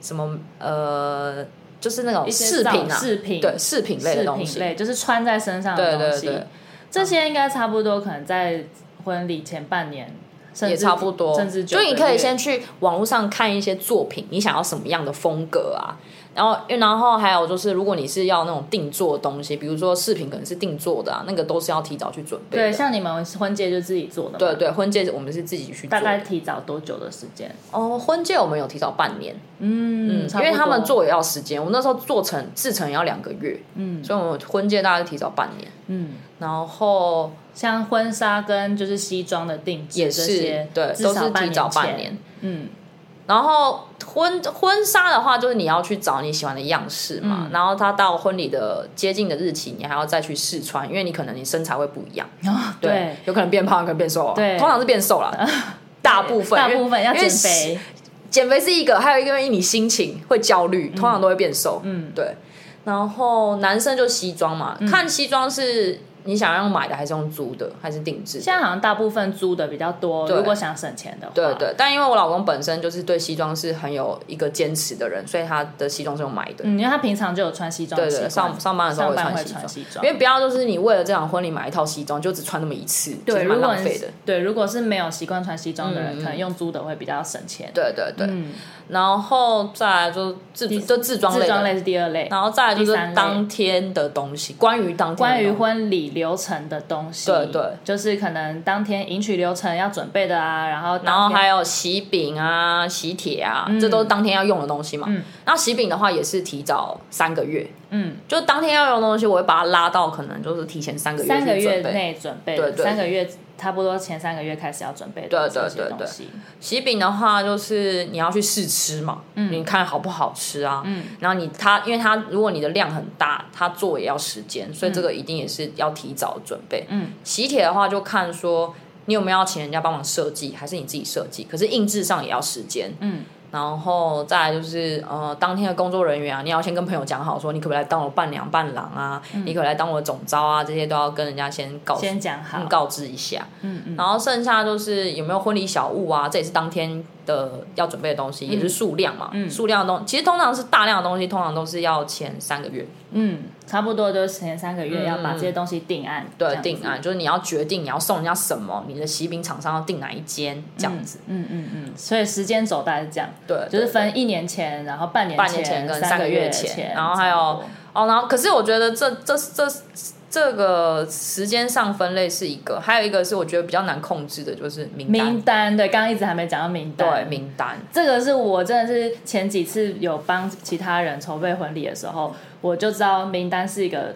[SPEAKER 2] 什么呃，就是那种
[SPEAKER 1] 一些
[SPEAKER 2] 饰品啊，
[SPEAKER 1] 造饰品
[SPEAKER 2] 对饰品类的
[SPEAKER 1] 饰
[SPEAKER 2] 东
[SPEAKER 1] 品
[SPEAKER 2] 西，
[SPEAKER 1] 类，就是穿在身上的
[SPEAKER 2] 对
[SPEAKER 1] 东
[SPEAKER 2] 对
[SPEAKER 1] 西
[SPEAKER 2] 对。，
[SPEAKER 1] 这些应该差不多，可能在婚礼前半年，甚至
[SPEAKER 2] 也差不多，
[SPEAKER 1] 甚至九
[SPEAKER 2] 就
[SPEAKER 1] 个
[SPEAKER 2] 你可以
[SPEAKER 1] 月
[SPEAKER 2] 先去网络上看一些作品，你想要什么样的风格啊？然后，因为然后还有就是，如果你是要那种定做的东西，比如说饰品可能是定做的啊，那个都是要提早去准备
[SPEAKER 1] 对，
[SPEAKER 2] 的。
[SPEAKER 1] 像你们婚戒就自己做的嘛，
[SPEAKER 2] 对对，婚戒我们是自己去做
[SPEAKER 1] 大
[SPEAKER 2] 的。
[SPEAKER 1] 概提早多久的时间？
[SPEAKER 2] 哦，婚戒我们有提早半年，
[SPEAKER 1] 嗯，
[SPEAKER 2] 因为他们做也要时间。我那时候做成制成也要两个月，
[SPEAKER 1] 嗯
[SPEAKER 2] 所以我们婚戒大概提早半年。
[SPEAKER 1] 嗯，
[SPEAKER 2] 然后
[SPEAKER 1] 像婚纱跟就是西装的定制
[SPEAKER 2] 也
[SPEAKER 1] 这
[SPEAKER 2] 是
[SPEAKER 1] 些，
[SPEAKER 2] 对，
[SPEAKER 1] 至
[SPEAKER 2] 都
[SPEAKER 1] 少
[SPEAKER 2] 是提早
[SPEAKER 1] 半
[SPEAKER 2] 半
[SPEAKER 1] 前
[SPEAKER 2] 年。。
[SPEAKER 1] 嗯
[SPEAKER 2] 然后婚婚纱的话，就是你要去找你喜欢的样式嘛，
[SPEAKER 1] 嗯
[SPEAKER 2] 然后他到婚礼的接近的日期，你还要再去试穿，因为你可能你身材会不一样，
[SPEAKER 1] 哦，对，
[SPEAKER 2] 有可能变胖，有可能变瘦啊，
[SPEAKER 1] 对
[SPEAKER 2] 通常是变瘦啦，大部分
[SPEAKER 1] 大
[SPEAKER 2] 因为
[SPEAKER 1] 部分要
[SPEAKER 2] 因为
[SPEAKER 1] 减
[SPEAKER 2] 是
[SPEAKER 1] 肥，
[SPEAKER 2] 减肥是一个，还有一个因为你心情会焦虑，通常都会变瘦。
[SPEAKER 1] 嗯
[SPEAKER 2] 对。然后男生就西装嘛，看西装是你想要买的，还是用租的，还是定制的？
[SPEAKER 1] 现在好像大部分租的比较多，
[SPEAKER 2] 对
[SPEAKER 1] 如果想省钱的话，
[SPEAKER 2] 对对，但因为我老公本身就是对西装是很有一个坚持的人，所以他的西装是用买的。
[SPEAKER 1] 嗯，因为他平常就有穿西装的
[SPEAKER 2] 对
[SPEAKER 1] 习
[SPEAKER 2] 对，
[SPEAKER 1] 惯，
[SPEAKER 2] 上上班的时候
[SPEAKER 1] 上
[SPEAKER 2] 会
[SPEAKER 1] 班
[SPEAKER 2] 穿
[SPEAKER 1] 会
[SPEAKER 2] 西装，
[SPEAKER 1] 西装
[SPEAKER 2] 因。为不要就是你为了这场婚礼买一套西装，就只穿那么一次，其
[SPEAKER 1] 对，
[SPEAKER 2] 实
[SPEAKER 1] 如
[SPEAKER 2] 蛮
[SPEAKER 1] 果
[SPEAKER 2] 浪费的
[SPEAKER 1] 是。对，如果是没有习惯穿西装的人，
[SPEAKER 2] 嗯嗯
[SPEAKER 1] 可能用租的会比较省钱。
[SPEAKER 2] 对对对，
[SPEAKER 1] 嗯，
[SPEAKER 2] 然后再来就是自就自装
[SPEAKER 1] 自
[SPEAKER 2] 类
[SPEAKER 1] 装
[SPEAKER 2] 的，
[SPEAKER 1] 类是第二类，
[SPEAKER 2] 然后再来就
[SPEAKER 1] 第
[SPEAKER 2] 是
[SPEAKER 1] 三类
[SPEAKER 2] 当天的东西，关于当天的
[SPEAKER 1] 关于
[SPEAKER 2] 东西
[SPEAKER 1] 婚礼流程的东西，
[SPEAKER 2] 对对，
[SPEAKER 1] 就是可能当天迎娶流程要准备的啊，然后
[SPEAKER 2] 然后
[SPEAKER 1] 当天
[SPEAKER 2] 还有喜饼啊、喜帖啊，
[SPEAKER 1] 嗯
[SPEAKER 2] 这都是当天要用的东西嘛。那喜饼的话也是提早三个月，
[SPEAKER 1] 嗯，
[SPEAKER 2] 就当天要用的东西，我会把它拉到可能就是提前三个月
[SPEAKER 1] 三个
[SPEAKER 2] 去
[SPEAKER 1] 月
[SPEAKER 2] 准备。
[SPEAKER 1] 内准备，
[SPEAKER 2] 对对
[SPEAKER 1] 三个月差不多前三个月开始要准备
[SPEAKER 2] 对
[SPEAKER 1] 的
[SPEAKER 2] 对
[SPEAKER 1] 这些
[SPEAKER 2] 对
[SPEAKER 1] 东
[SPEAKER 2] 对
[SPEAKER 1] 西，
[SPEAKER 2] 喜饼的话，就是你要去试吃嘛，
[SPEAKER 1] 嗯
[SPEAKER 2] 你看好不好吃啊？然后你它，因为它如果你的量很大，它做也要时间，所以这个一定也是要提早准备。
[SPEAKER 1] 嗯，
[SPEAKER 2] 喜帖的话就看说你有没有要请人家帮忙设计，还是你自己设计，可是印制上也要时间。
[SPEAKER 1] 嗯，
[SPEAKER 2] 然后再来就是呃，当天的工作人员啊，你要先跟朋友讲好，说你可不可以来当我伴娘伴郎啊，你可不可以来当我的总招啊，这些都要跟人家先告诉
[SPEAKER 1] 嗯先讲
[SPEAKER 2] 嗯
[SPEAKER 1] 好，
[SPEAKER 2] 告知一下。
[SPEAKER 1] 嗯嗯
[SPEAKER 2] 然后剩下就是有没有婚礼小物啊，这也是当天的要准备的东
[SPEAKER 1] 嗯
[SPEAKER 2] 西，也是数量嘛。数量的东其实通常是大量的东西，通常都是要前三个月
[SPEAKER 1] 嗯，差不多就是前三个月要把
[SPEAKER 2] 嗯
[SPEAKER 1] 这些东西定案，这
[SPEAKER 2] 对
[SPEAKER 1] 样子
[SPEAKER 2] 定案，，就是你要决定你要送人家什么，你的喜饼厂商要订哪一间这样子。
[SPEAKER 1] 嗯嗯嗯，所以时间走大概是这样，
[SPEAKER 2] 对，
[SPEAKER 1] 就是
[SPEAKER 2] 对
[SPEAKER 1] 分一年前，然后半年
[SPEAKER 2] 半年前跟
[SPEAKER 1] 三
[SPEAKER 2] 三个
[SPEAKER 1] 月
[SPEAKER 2] 月
[SPEAKER 1] 前，
[SPEAKER 2] 然后还
[SPEAKER 1] 差不
[SPEAKER 2] 有
[SPEAKER 1] 多
[SPEAKER 2] 哦，然后可是我觉得这这这这个时间上分类是一个，还有一个是我觉得比较难控制的，就是名单。
[SPEAKER 1] 名单，对，刚刚一直还没讲到名单，
[SPEAKER 2] 对名单，
[SPEAKER 1] 这个是我真的是前几次有帮其他人筹备婚礼的时候，我就知道名单是一个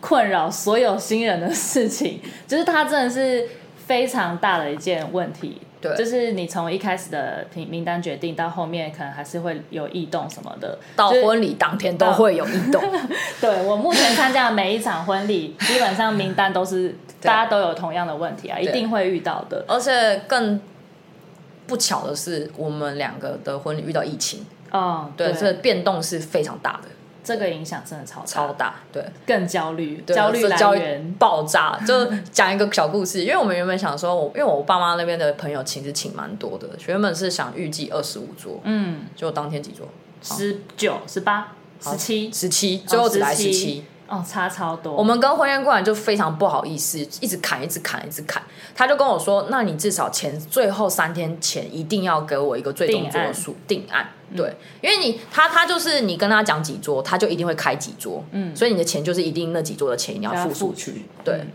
[SPEAKER 1] 困扰所有新人的事情，就是它真的是非常大的一件问题。
[SPEAKER 2] 对
[SPEAKER 1] 就是你从一开始的名名单决定到后面，可能还是会有异动什么的。
[SPEAKER 2] 到
[SPEAKER 1] 就是
[SPEAKER 2] 婚礼当天都会有异 动。
[SPEAKER 1] 对我目前参加的每一场婚 礼，基本上名单都是大家都有同样的问题啊，一定会遇到的。
[SPEAKER 2] 而且更不巧的是，我们两个的婚礼遇到疫情，
[SPEAKER 1] 嗯，
[SPEAKER 2] 对，
[SPEAKER 1] 对，
[SPEAKER 2] 这变动是非常大的，
[SPEAKER 1] 这个影响真的超大
[SPEAKER 2] 超大，对，
[SPEAKER 1] 更焦虑，
[SPEAKER 2] 对
[SPEAKER 1] 焦虑
[SPEAKER 2] 这
[SPEAKER 1] 来源
[SPEAKER 2] 爆炸。就讲一个小故事，因为我们原本想说，我因为我爸妈那边的朋友请是请蛮多的，原本是想预计二十五桌，
[SPEAKER 1] 嗯，
[SPEAKER 2] 结果当天几桌？
[SPEAKER 1] 十九、十八、十七，
[SPEAKER 2] 十七，最后只来十七。
[SPEAKER 1] 哦，差超多。
[SPEAKER 2] 我们跟婚宴顾问就非常不好意思，一直砍，一直砍，一直砍。他就跟我说：“那你至少前最后三天前一定要给我一个最终桌数定案。对，因为你他他就是你跟他讲几桌，他就一定会开几桌，嗯，所以你的钱就是一定那几桌的钱你要
[SPEAKER 1] 要
[SPEAKER 2] 付出
[SPEAKER 1] 付
[SPEAKER 2] 去。
[SPEAKER 1] 去，
[SPEAKER 2] 对，
[SPEAKER 1] 嗯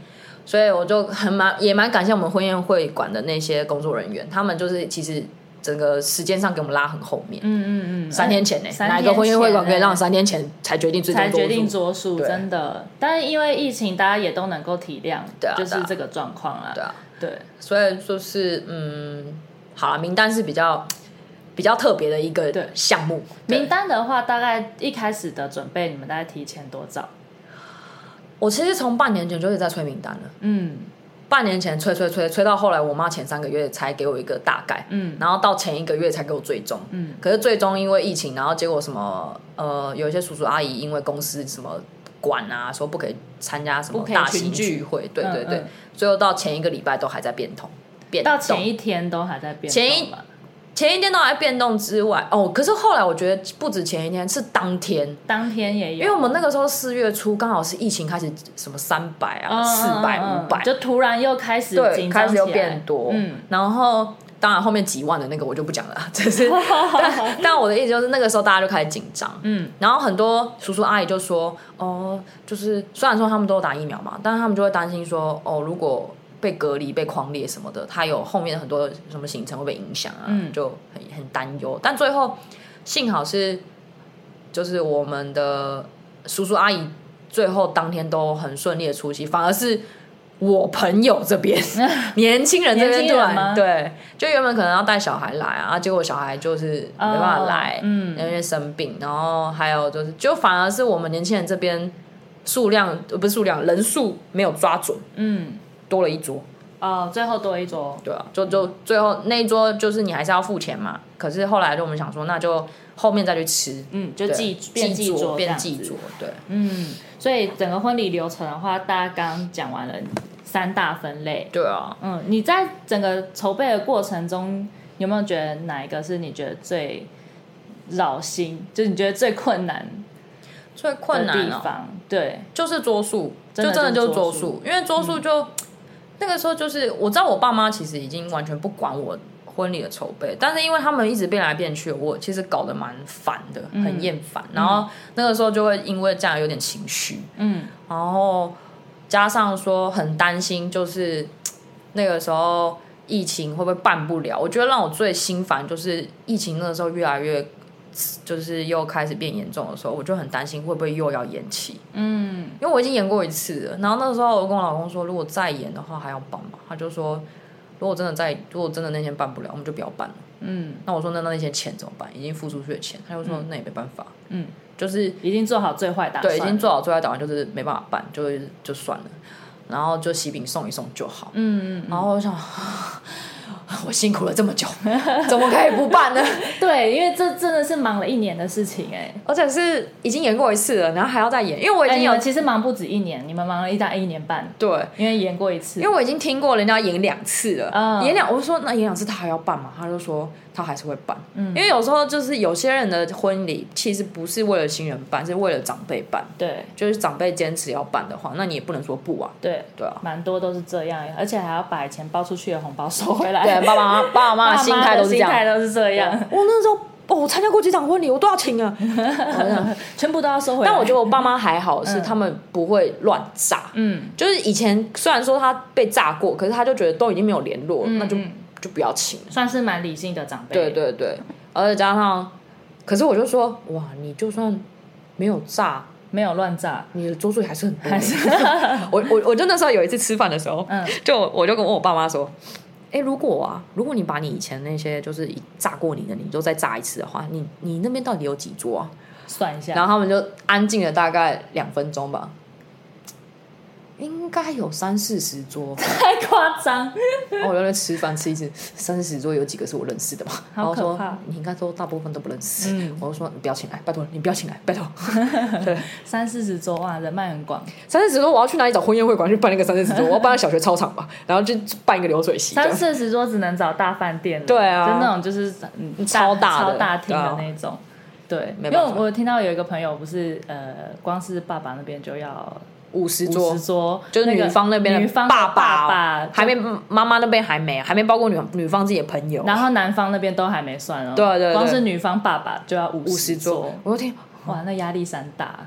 [SPEAKER 2] 所以我就很蛮也蛮感谢我们婚宴会馆的那些工作人员，他们就是其实整个时间上给我们拉很后面，
[SPEAKER 1] 嗯嗯嗯，
[SPEAKER 2] 三天前呢、
[SPEAKER 1] 三
[SPEAKER 2] 哪一
[SPEAKER 1] 天
[SPEAKER 2] 个婚宴会馆可以
[SPEAKER 1] 前
[SPEAKER 2] 让三天前才决定最终
[SPEAKER 1] 才
[SPEAKER 2] 桌
[SPEAKER 1] 决定
[SPEAKER 2] 数？
[SPEAKER 1] 桌数，
[SPEAKER 2] 对
[SPEAKER 1] 真的。但是因为疫情，大家也都能够体谅，
[SPEAKER 2] 对啊
[SPEAKER 1] 就是这个状况啦。
[SPEAKER 2] 对啊。
[SPEAKER 1] 对，
[SPEAKER 2] 所以就是嗯，好了，名单是比较比较特别的一
[SPEAKER 1] 对
[SPEAKER 2] 个项目。
[SPEAKER 1] 名单的话，大概一开始的准备，你们大概提前多早？
[SPEAKER 2] 我其实从半年前就一直在催名单了，
[SPEAKER 1] 嗯
[SPEAKER 2] 半年前催催催催到后来，我妈前三个月才给我一个大概，
[SPEAKER 1] 嗯
[SPEAKER 2] 然后到前一个月才给我最终。
[SPEAKER 1] 嗯
[SPEAKER 2] 可是最终因为疫情，然后结果什么呃，有一些叔叔阿姨因为公司什么管啊，说不可以参加什
[SPEAKER 1] 不
[SPEAKER 2] 么
[SPEAKER 1] 可以
[SPEAKER 2] 大
[SPEAKER 1] 群
[SPEAKER 2] 型
[SPEAKER 1] 聚
[SPEAKER 2] 聚会，对
[SPEAKER 1] 嗯
[SPEAKER 2] 对对，
[SPEAKER 1] 嗯
[SPEAKER 2] 最后到前一个礼拜都还在变通，变
[SPEAKER 1] 到
[SPEAKER 2] 动
[SPEAKER 1] 前一天都还在变动
[SPEAKER 2] 前一
[SPEAKER 1] 吧，
[SPEAKER 2] 前一天都还在变动之外，哦，可是后来我觉得不止前一天，是当天，
[SPEAKER 1] 当天也有，
[SPEAKER 2] 因为我们那个时候四月初刚好是疫情开始，什么三百啊、
[SPEAKER 1] 嗯
[SPEAKER 2] 四百、
[SPEAKER 1] 嗯嗯
[SPEAKER 2] 五百，
[SPEAKER 1] 就突然又开始
[SPEAKER 2] 对，
[SPEAKER 1] 紧
[SPEAKER 2] 开
[SPEAKER 1] 张
[SPEAKER 2] 始
[SPEAKER 1] 起
[SPEAKER 2] 又
[SPEAKER 1] 来，
[SPEAKER 2] 变多，
[SPEAKER 1] 嗯
[SPEAKER 2] 然后当然后面几万的那个我就不讲了啊，只是但但我的意思就是那个时候大家就开始紧张，
[SPEAKER 1] 嗯，
[SPEAKER 2] 然后很多叔叔阿姨就说，哦，就是虽然说他们都有打疫苗嘛，但是他们就会担心说，哦，如果被隔离、被框列什么的，他有后面很多什么行程会被影响啊，
[SPEAKER 1] 嗯
[SPEAKER 2] 就很很担忧。但最后幸好是，就是我们的叔叔阿姨最后当天都很顺利的出席，反而是。我朋友这 边，年轻人这边
[SPEAKER 1] 年
[SPEAKER 2] 突
[SPEAKER 1] 轻人
[SPEAKER 2] 然
[SPEAKER 1] 吗
[SPEAKER 2] 对，就原本可能要带小孩来啊，结果小孩就是没办法来，
[SPEAKER 1] 哦嗯
[SPEAKER 2] 因为生病，然后还有就是，就反而是我们年轻人这边数量呃不是数量人数没有抓准，
[SPEAKER 1] 嗯，
[SPEAKER 2] 多了一桌，
[SPEAKER 1] 哦，最后多一桌，
[SPEAKER 2] 对啊，就就最后那一桌就是你还是要付钱嘛，可是后来就我们想说，那就后面再去吃，
[SPEAKER 1] 嗯，就
[SPEAKER 2] 对
[SPEAKER 1] 记变记
[SPEAKER 2] 桌
[SPEAKER 1] 桌
[SPEAKER 2] 变
[SPEAKER 1] 记
[SPEAKER 2] 记桌，对，
[SPEAKER 1] 嗯，所以整个婚礼流程的话，大家刚刚讲完了三大分类。
[SPEAKER 2] 对啊，
[SPEAKER 1] 嗯，你在整个筹备的过程中，有没有觉得哪一个是你觉得最扰心，就是你觉得最困难
[SPEAKER 2] 最困
[SPEAKER 1] 的
[SPEAKER 2] 难
[SPEAKER 1] 地
[SPEAKER 2] 哦、
[SPEAKER 1] 方？对，
[SPEAKER 2] 就是桌数，就
[SPEAKER 1] 真的
[SPEAKER 2] 真的就是
[SPEAKER 1] 就是
[SPEAKER 2] 桌
[SPEAKER 1] 桌
[SPEAKER 2] 数，嗯因为桌数就、那个时候就是我知道我爸妈其实已经完全不管我婚礼的筹备，但是因为他们一直变来变去，我其实搞得蛮烦的，很厌烦。然后那个时候就会因为这样有点情绪，
[SPEAKER 1] 嗯
[SPEAKER 2] 然后加上说很担心，就是那个时候疫情会不会办不了？我觉得让我最心烦就是疫情那个时候越来越。就是又开始变严重的时候，我就很担心会不会又要延期。
[SPEAKER 1] 嗯，
[SPEAKER 2] 因为我已经演过一次了，然后那时候我跟我老公说，如果再演的话还要办嘛，他就说，如果真的再，如果真的那天办不了，我们就不要办了。
[SPEAKER 1] 嗯
[SPEAKER 2] 那我说那那那些钱怎么办？已经付出去的钱，他就说、那也没办法，
[SPEAKER 1] 嗯，
[SPEAKER 2] 就是
[SPEAKER 1] 已经做好最坏打算
[SPEAKER 2] 对，
[SPEAKER 1] 了，
[SPEAKER 2] 已经做好最坏打啊算，就是没办法办，就是就算了，然后就喜饼送一送就好。
[SPEAKER 1] 嗯，嗯
[SPEAKER 2] 然后我想， 我辛苦了这么久，怎么可以不办呢？
[SPEAKER 1] 嗯，对，因为这真的是忙了一年的事情哎、
[SPEAKER 2] 而且是已经演过一次了，然后还要再演，因为我已
[SPEAKER 1] 哎，
[SPEAKER 2] 经
[SPEAKER 1] 你
[SPEAKER 2] 有、
[SPEAKER 1] 们其实忙不止一年，你们忙了一大一年半，
[SPEAKER 2] 对。
[SPEAKER 1] 因为演过一次
[SPEAKER 2] 因为，我已经听过人家演两次了，
[SPEAKER 1] 嗯
[SPEAKER 2] 演两我就说那演两次他还要办吗？他就说他还是会办，
[SPEAKER 1] 嗯
[SPEAKER 2] 因为有时候就是有些人的婚礼其实不是为了新人办，是为了长辈办，
[SPEAKER 1] 对
[SPEAKER 2] 就是长辈坚持要办的话，那你也不能说不啊，
[SPEAKER 1] 对，
[SPEAKER 2] 对啊，
[SPEAKER 1] 蛮多都是这样，而且还要把钱包出去的红包收回来，
[SPEAKER 2] 对，爸爸妈妈爸爸妈妈
[SPEAKER 1] 爸妈
[SPEAKER 2] 的心态都是这
[SPEAKER 1] 的心
[SPEAKER 2] 样。
[SPEAKER 1] 态都是这
[SPEAKER 2] 我
[SPEAKER 1] 样，
[SPEAKER 2] 那时候哦我参加过几场婚礼，我都要请啊，嗯我就想
[SPEAKER 1] 全部都要收回来。
[SPEAKER 2] 但我觉得我爸妈还好，是他们不会乱炸，
[SPEAKER 1] 嗯，
[SPEAKER 2] 就是以前虽然说他被炸过，可是他就觉得都已经没有联络，
[SPEAKER 1] 嗯
[SPEAKER 2] 那就
[SPEAKER 1] 嗯
[SPEAKER 2] 就不要请了。
[SPEAKER 1] 算是蛮理性的长辈。
[SPEAKER 2] 对，对对，而且加上，可是我就说，哇，你就算没有炸，
[SPEAKER 1] 没有乱炸，
[SPEAKER 2] 你的桌数还是很多欸。 我我我就那时候有一次吃饭的时候，
[SPEAKER 1] 嗯
[SPEAKER 2] 就我就跟我爸妈说，哎、如果啊，如果你把你以前那些就是一炸过你的，你就再炸一次的话，你你那边到底有几桌啊？
[SPEAKER 1] 算一下，
[SPEAKER 2] 然后他们就安静了大概两分钟吧。应该有三四十 桌，
[SPEAKER 1] 太夸张。
[SPEAKER 2] 然后我在那吃饭吃一次，三四十桌有几个是我认识的嘛？然后
[SPEAKER 1] 好可
[SPEAKER 2] 说
[SPEAKER 1] 怕
[SPEAKER 2] 你应该说大部分都不认识。
[SPEAKER 1] 嗯
[SPEAKER 2] 我就说你不要请来，拜托你不要请来，拜 托。
[SPEAKER 1] 三四十桌哇，人脉很广。
[SPEAKER 2] 三四十桌我要去哪里找婚宴会馆去办那个三四十桌？我要办在小学操 场吧，然后就办一个流水席这
[SPEAKER 1] 三
[SPEAKER 2] 样。
[SPEAKER 1] 四十桌只能找大饭店了，
[SPEAKER 2] 对啊
[SPEAKER 1] 就那种就是嗯
[SPEAKER 2] 超大的啊
[SPEAKER 1] 超大厅的那种。对，
[SPEAKER 2] 没
[SPEAKER 1] 因为
[SPEAKER 2] 办法
[SPEAKER 1] 我听到有一个朋友不是呃，光是爸爸那边就要
[SPEAKER 2] 五十
[SPEAKER 1] 五
[SPEAKER 2] 桌
[SPEAKER 1] 十，桌，
[SPEAKER 2] 就是
[SPEAKER 1] 那个
[SPEAKER 2] 女方那边
[SPEAKER 1] 女
[SPEAKER 2] 的
[SPEAKER 1] 方
[SPEAKER 2] 爸
[SPEAKER 1] 的爸
[SPEAKER 2] 爸哦，还
[SPEAKER 1] 就
[SPEAKER 2] 没妈妈那边还没，还没包括女女方自己的朋友。
[SPEAKER 1] 然后男方那边都还没算哦，
[SPEAKER 2] 对对对
[SPEAKER 1] 光是女方爸爸就要五
[SPEAKER 2] 五十桌
[SPEAKER 1] 桌，，
[SPEAKER 2] 我就听，
[SPEAKER 1] 哇，那压力山大。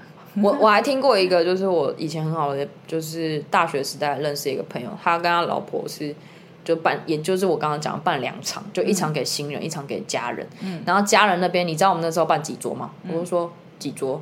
[SPEAKER 2] 我我还听过一个，就是我以前很好的，就是大学时代认识一个朋友，他跟他老婆是就办，也就是我刚刚讲的办两场，就一场给新人，一场给家人。嗯，然后家人那边，你知道我们那时候办几桌吗？
[SPEAKER 1] 嗯
[SPEAKER 2] 我就说几桌。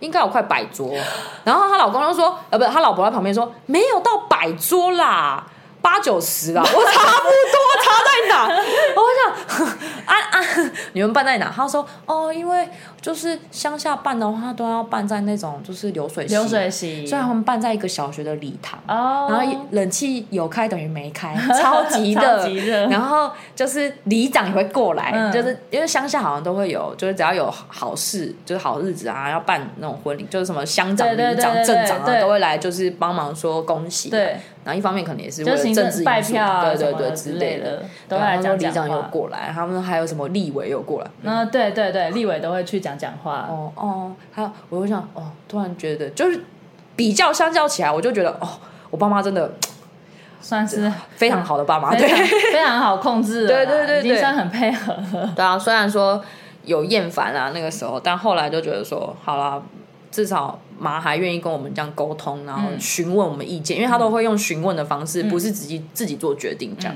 [SPEAKER 2] 应该有快百桌， 然后她老公就说，呃，不，她老婆在旁边说没有到百桌啦，八九十啦，我 差不多，差在哪？ 我想， 啊啊，你们办在哪？他说，哦，因为就是乡下办的话，都要办在那种就是流水席
[SPEAKER 1] 流水席，
[SPEAKER 2] 所以他们办在一个小学的礼堂。
[SPEAKER 1] 哦，
[SPEAKER 2] 然后冷气有开等于没 开，超级热，
[SPEAKER 1] 超级热
[SPEAKER 2] 然后就是里长也会过来，
[SPEAKER 1] 嗯
[SPEAKER 2] 就是因为乡下好像都会有，就是只要有好事，就是好日子啊，要办那种婚礼，就是什么乡长、
[SPEAKER 1] 对对
[SPEAKER 2] 里长、
[SPEAKER 1] 对对
[SPEAKER 2] 镇长
[SPEAKER 1] 对
[SPEAKER 2] 啊，都会来，就是帮忙说恭喜、啊。
[SPEAKER 1] 对，
[SPEAKER 2] 然后一方面可能也是为
[SPEAKER 1] 就
[SPEAKER 2] 了
[SPEAKER 1] 行
[SPEAKER 2] 政治
[SPEAKER 1] 政
[SPEAKER 2] 因
[SPEAKER 1] 拜
[SPEAKER 2] 素，
[SPEAKER 1] 票啊
[SPEAKER 2] 对对
[SPEAKER 1] 什么
[SPEAKER 2] 对
[SPEAKER 1] 的
[SPEAKER 2] 之
[SPEAKER 1] 之
[SPEAKER 2] 类
[SPEAKER 1] 类的，都
[SPEAKER 2] 对
[SPEAKER 1] 会来
[SPEAKER 2] 然后
[SPEAKER 1] 讲
[SPEAKER 2] 里
[SPEAKER 1] 讲
[SPEAKER 2] 长有
[SPEAKER 1] 话。
[SPEAKER 2] 过来，他们还有什么立委有过来，
[SPEAKER 1] 嗯，对对对，立委都会去讲讲话。
[SPEAKER 2] 哦哦，还有我就想哦，突然觉得就是比较相较起来，我就觉得哦，我爸妈真的
[SPEAKER 1] 算是
[SPEAKER 2] 非常好的爸妈，
[SPEAKER 1] 非
[SPEAKER 2] 对
[SPEAKER 1] 常非常好控制了啦，
[SPEAKER 2] 对对对
[SPEAKER 1] 已经
[SPEAKER 2] 对
[SPEAKER 1] 算很配合了。
[SPEAKER 2] 对啊，虽然说有厌烦啊那个时候，但后来就觉得说，好啦，至少妈还愿意跟我们这样沟通，然后询问我们意见，因为她都会用询问的方式，不是自己自己做决定这样。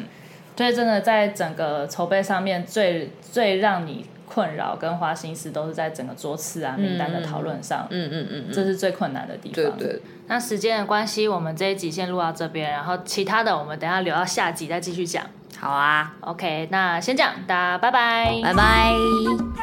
[SPEAKER 1] 所以真的在整个筹备上面最最让你困扰跟花心思，都是在整个桌次啊、名单的讨论上，
[SPEAKER 2] 嗯嗯嗯嗯，
[SPEAKER 1] 这是最困难的地方。
[SPEAKER 2] 对对，
[SPEAKER 1] 那时间的关系，我们这一集先录到这边，然后其他的我们等一下留到下集再继续讲。
[SPEAKER 2] 好啊，
[SPEAKER 1] OK，那先这样，大家拜拜。
[SPEAKER 2] 拜拜。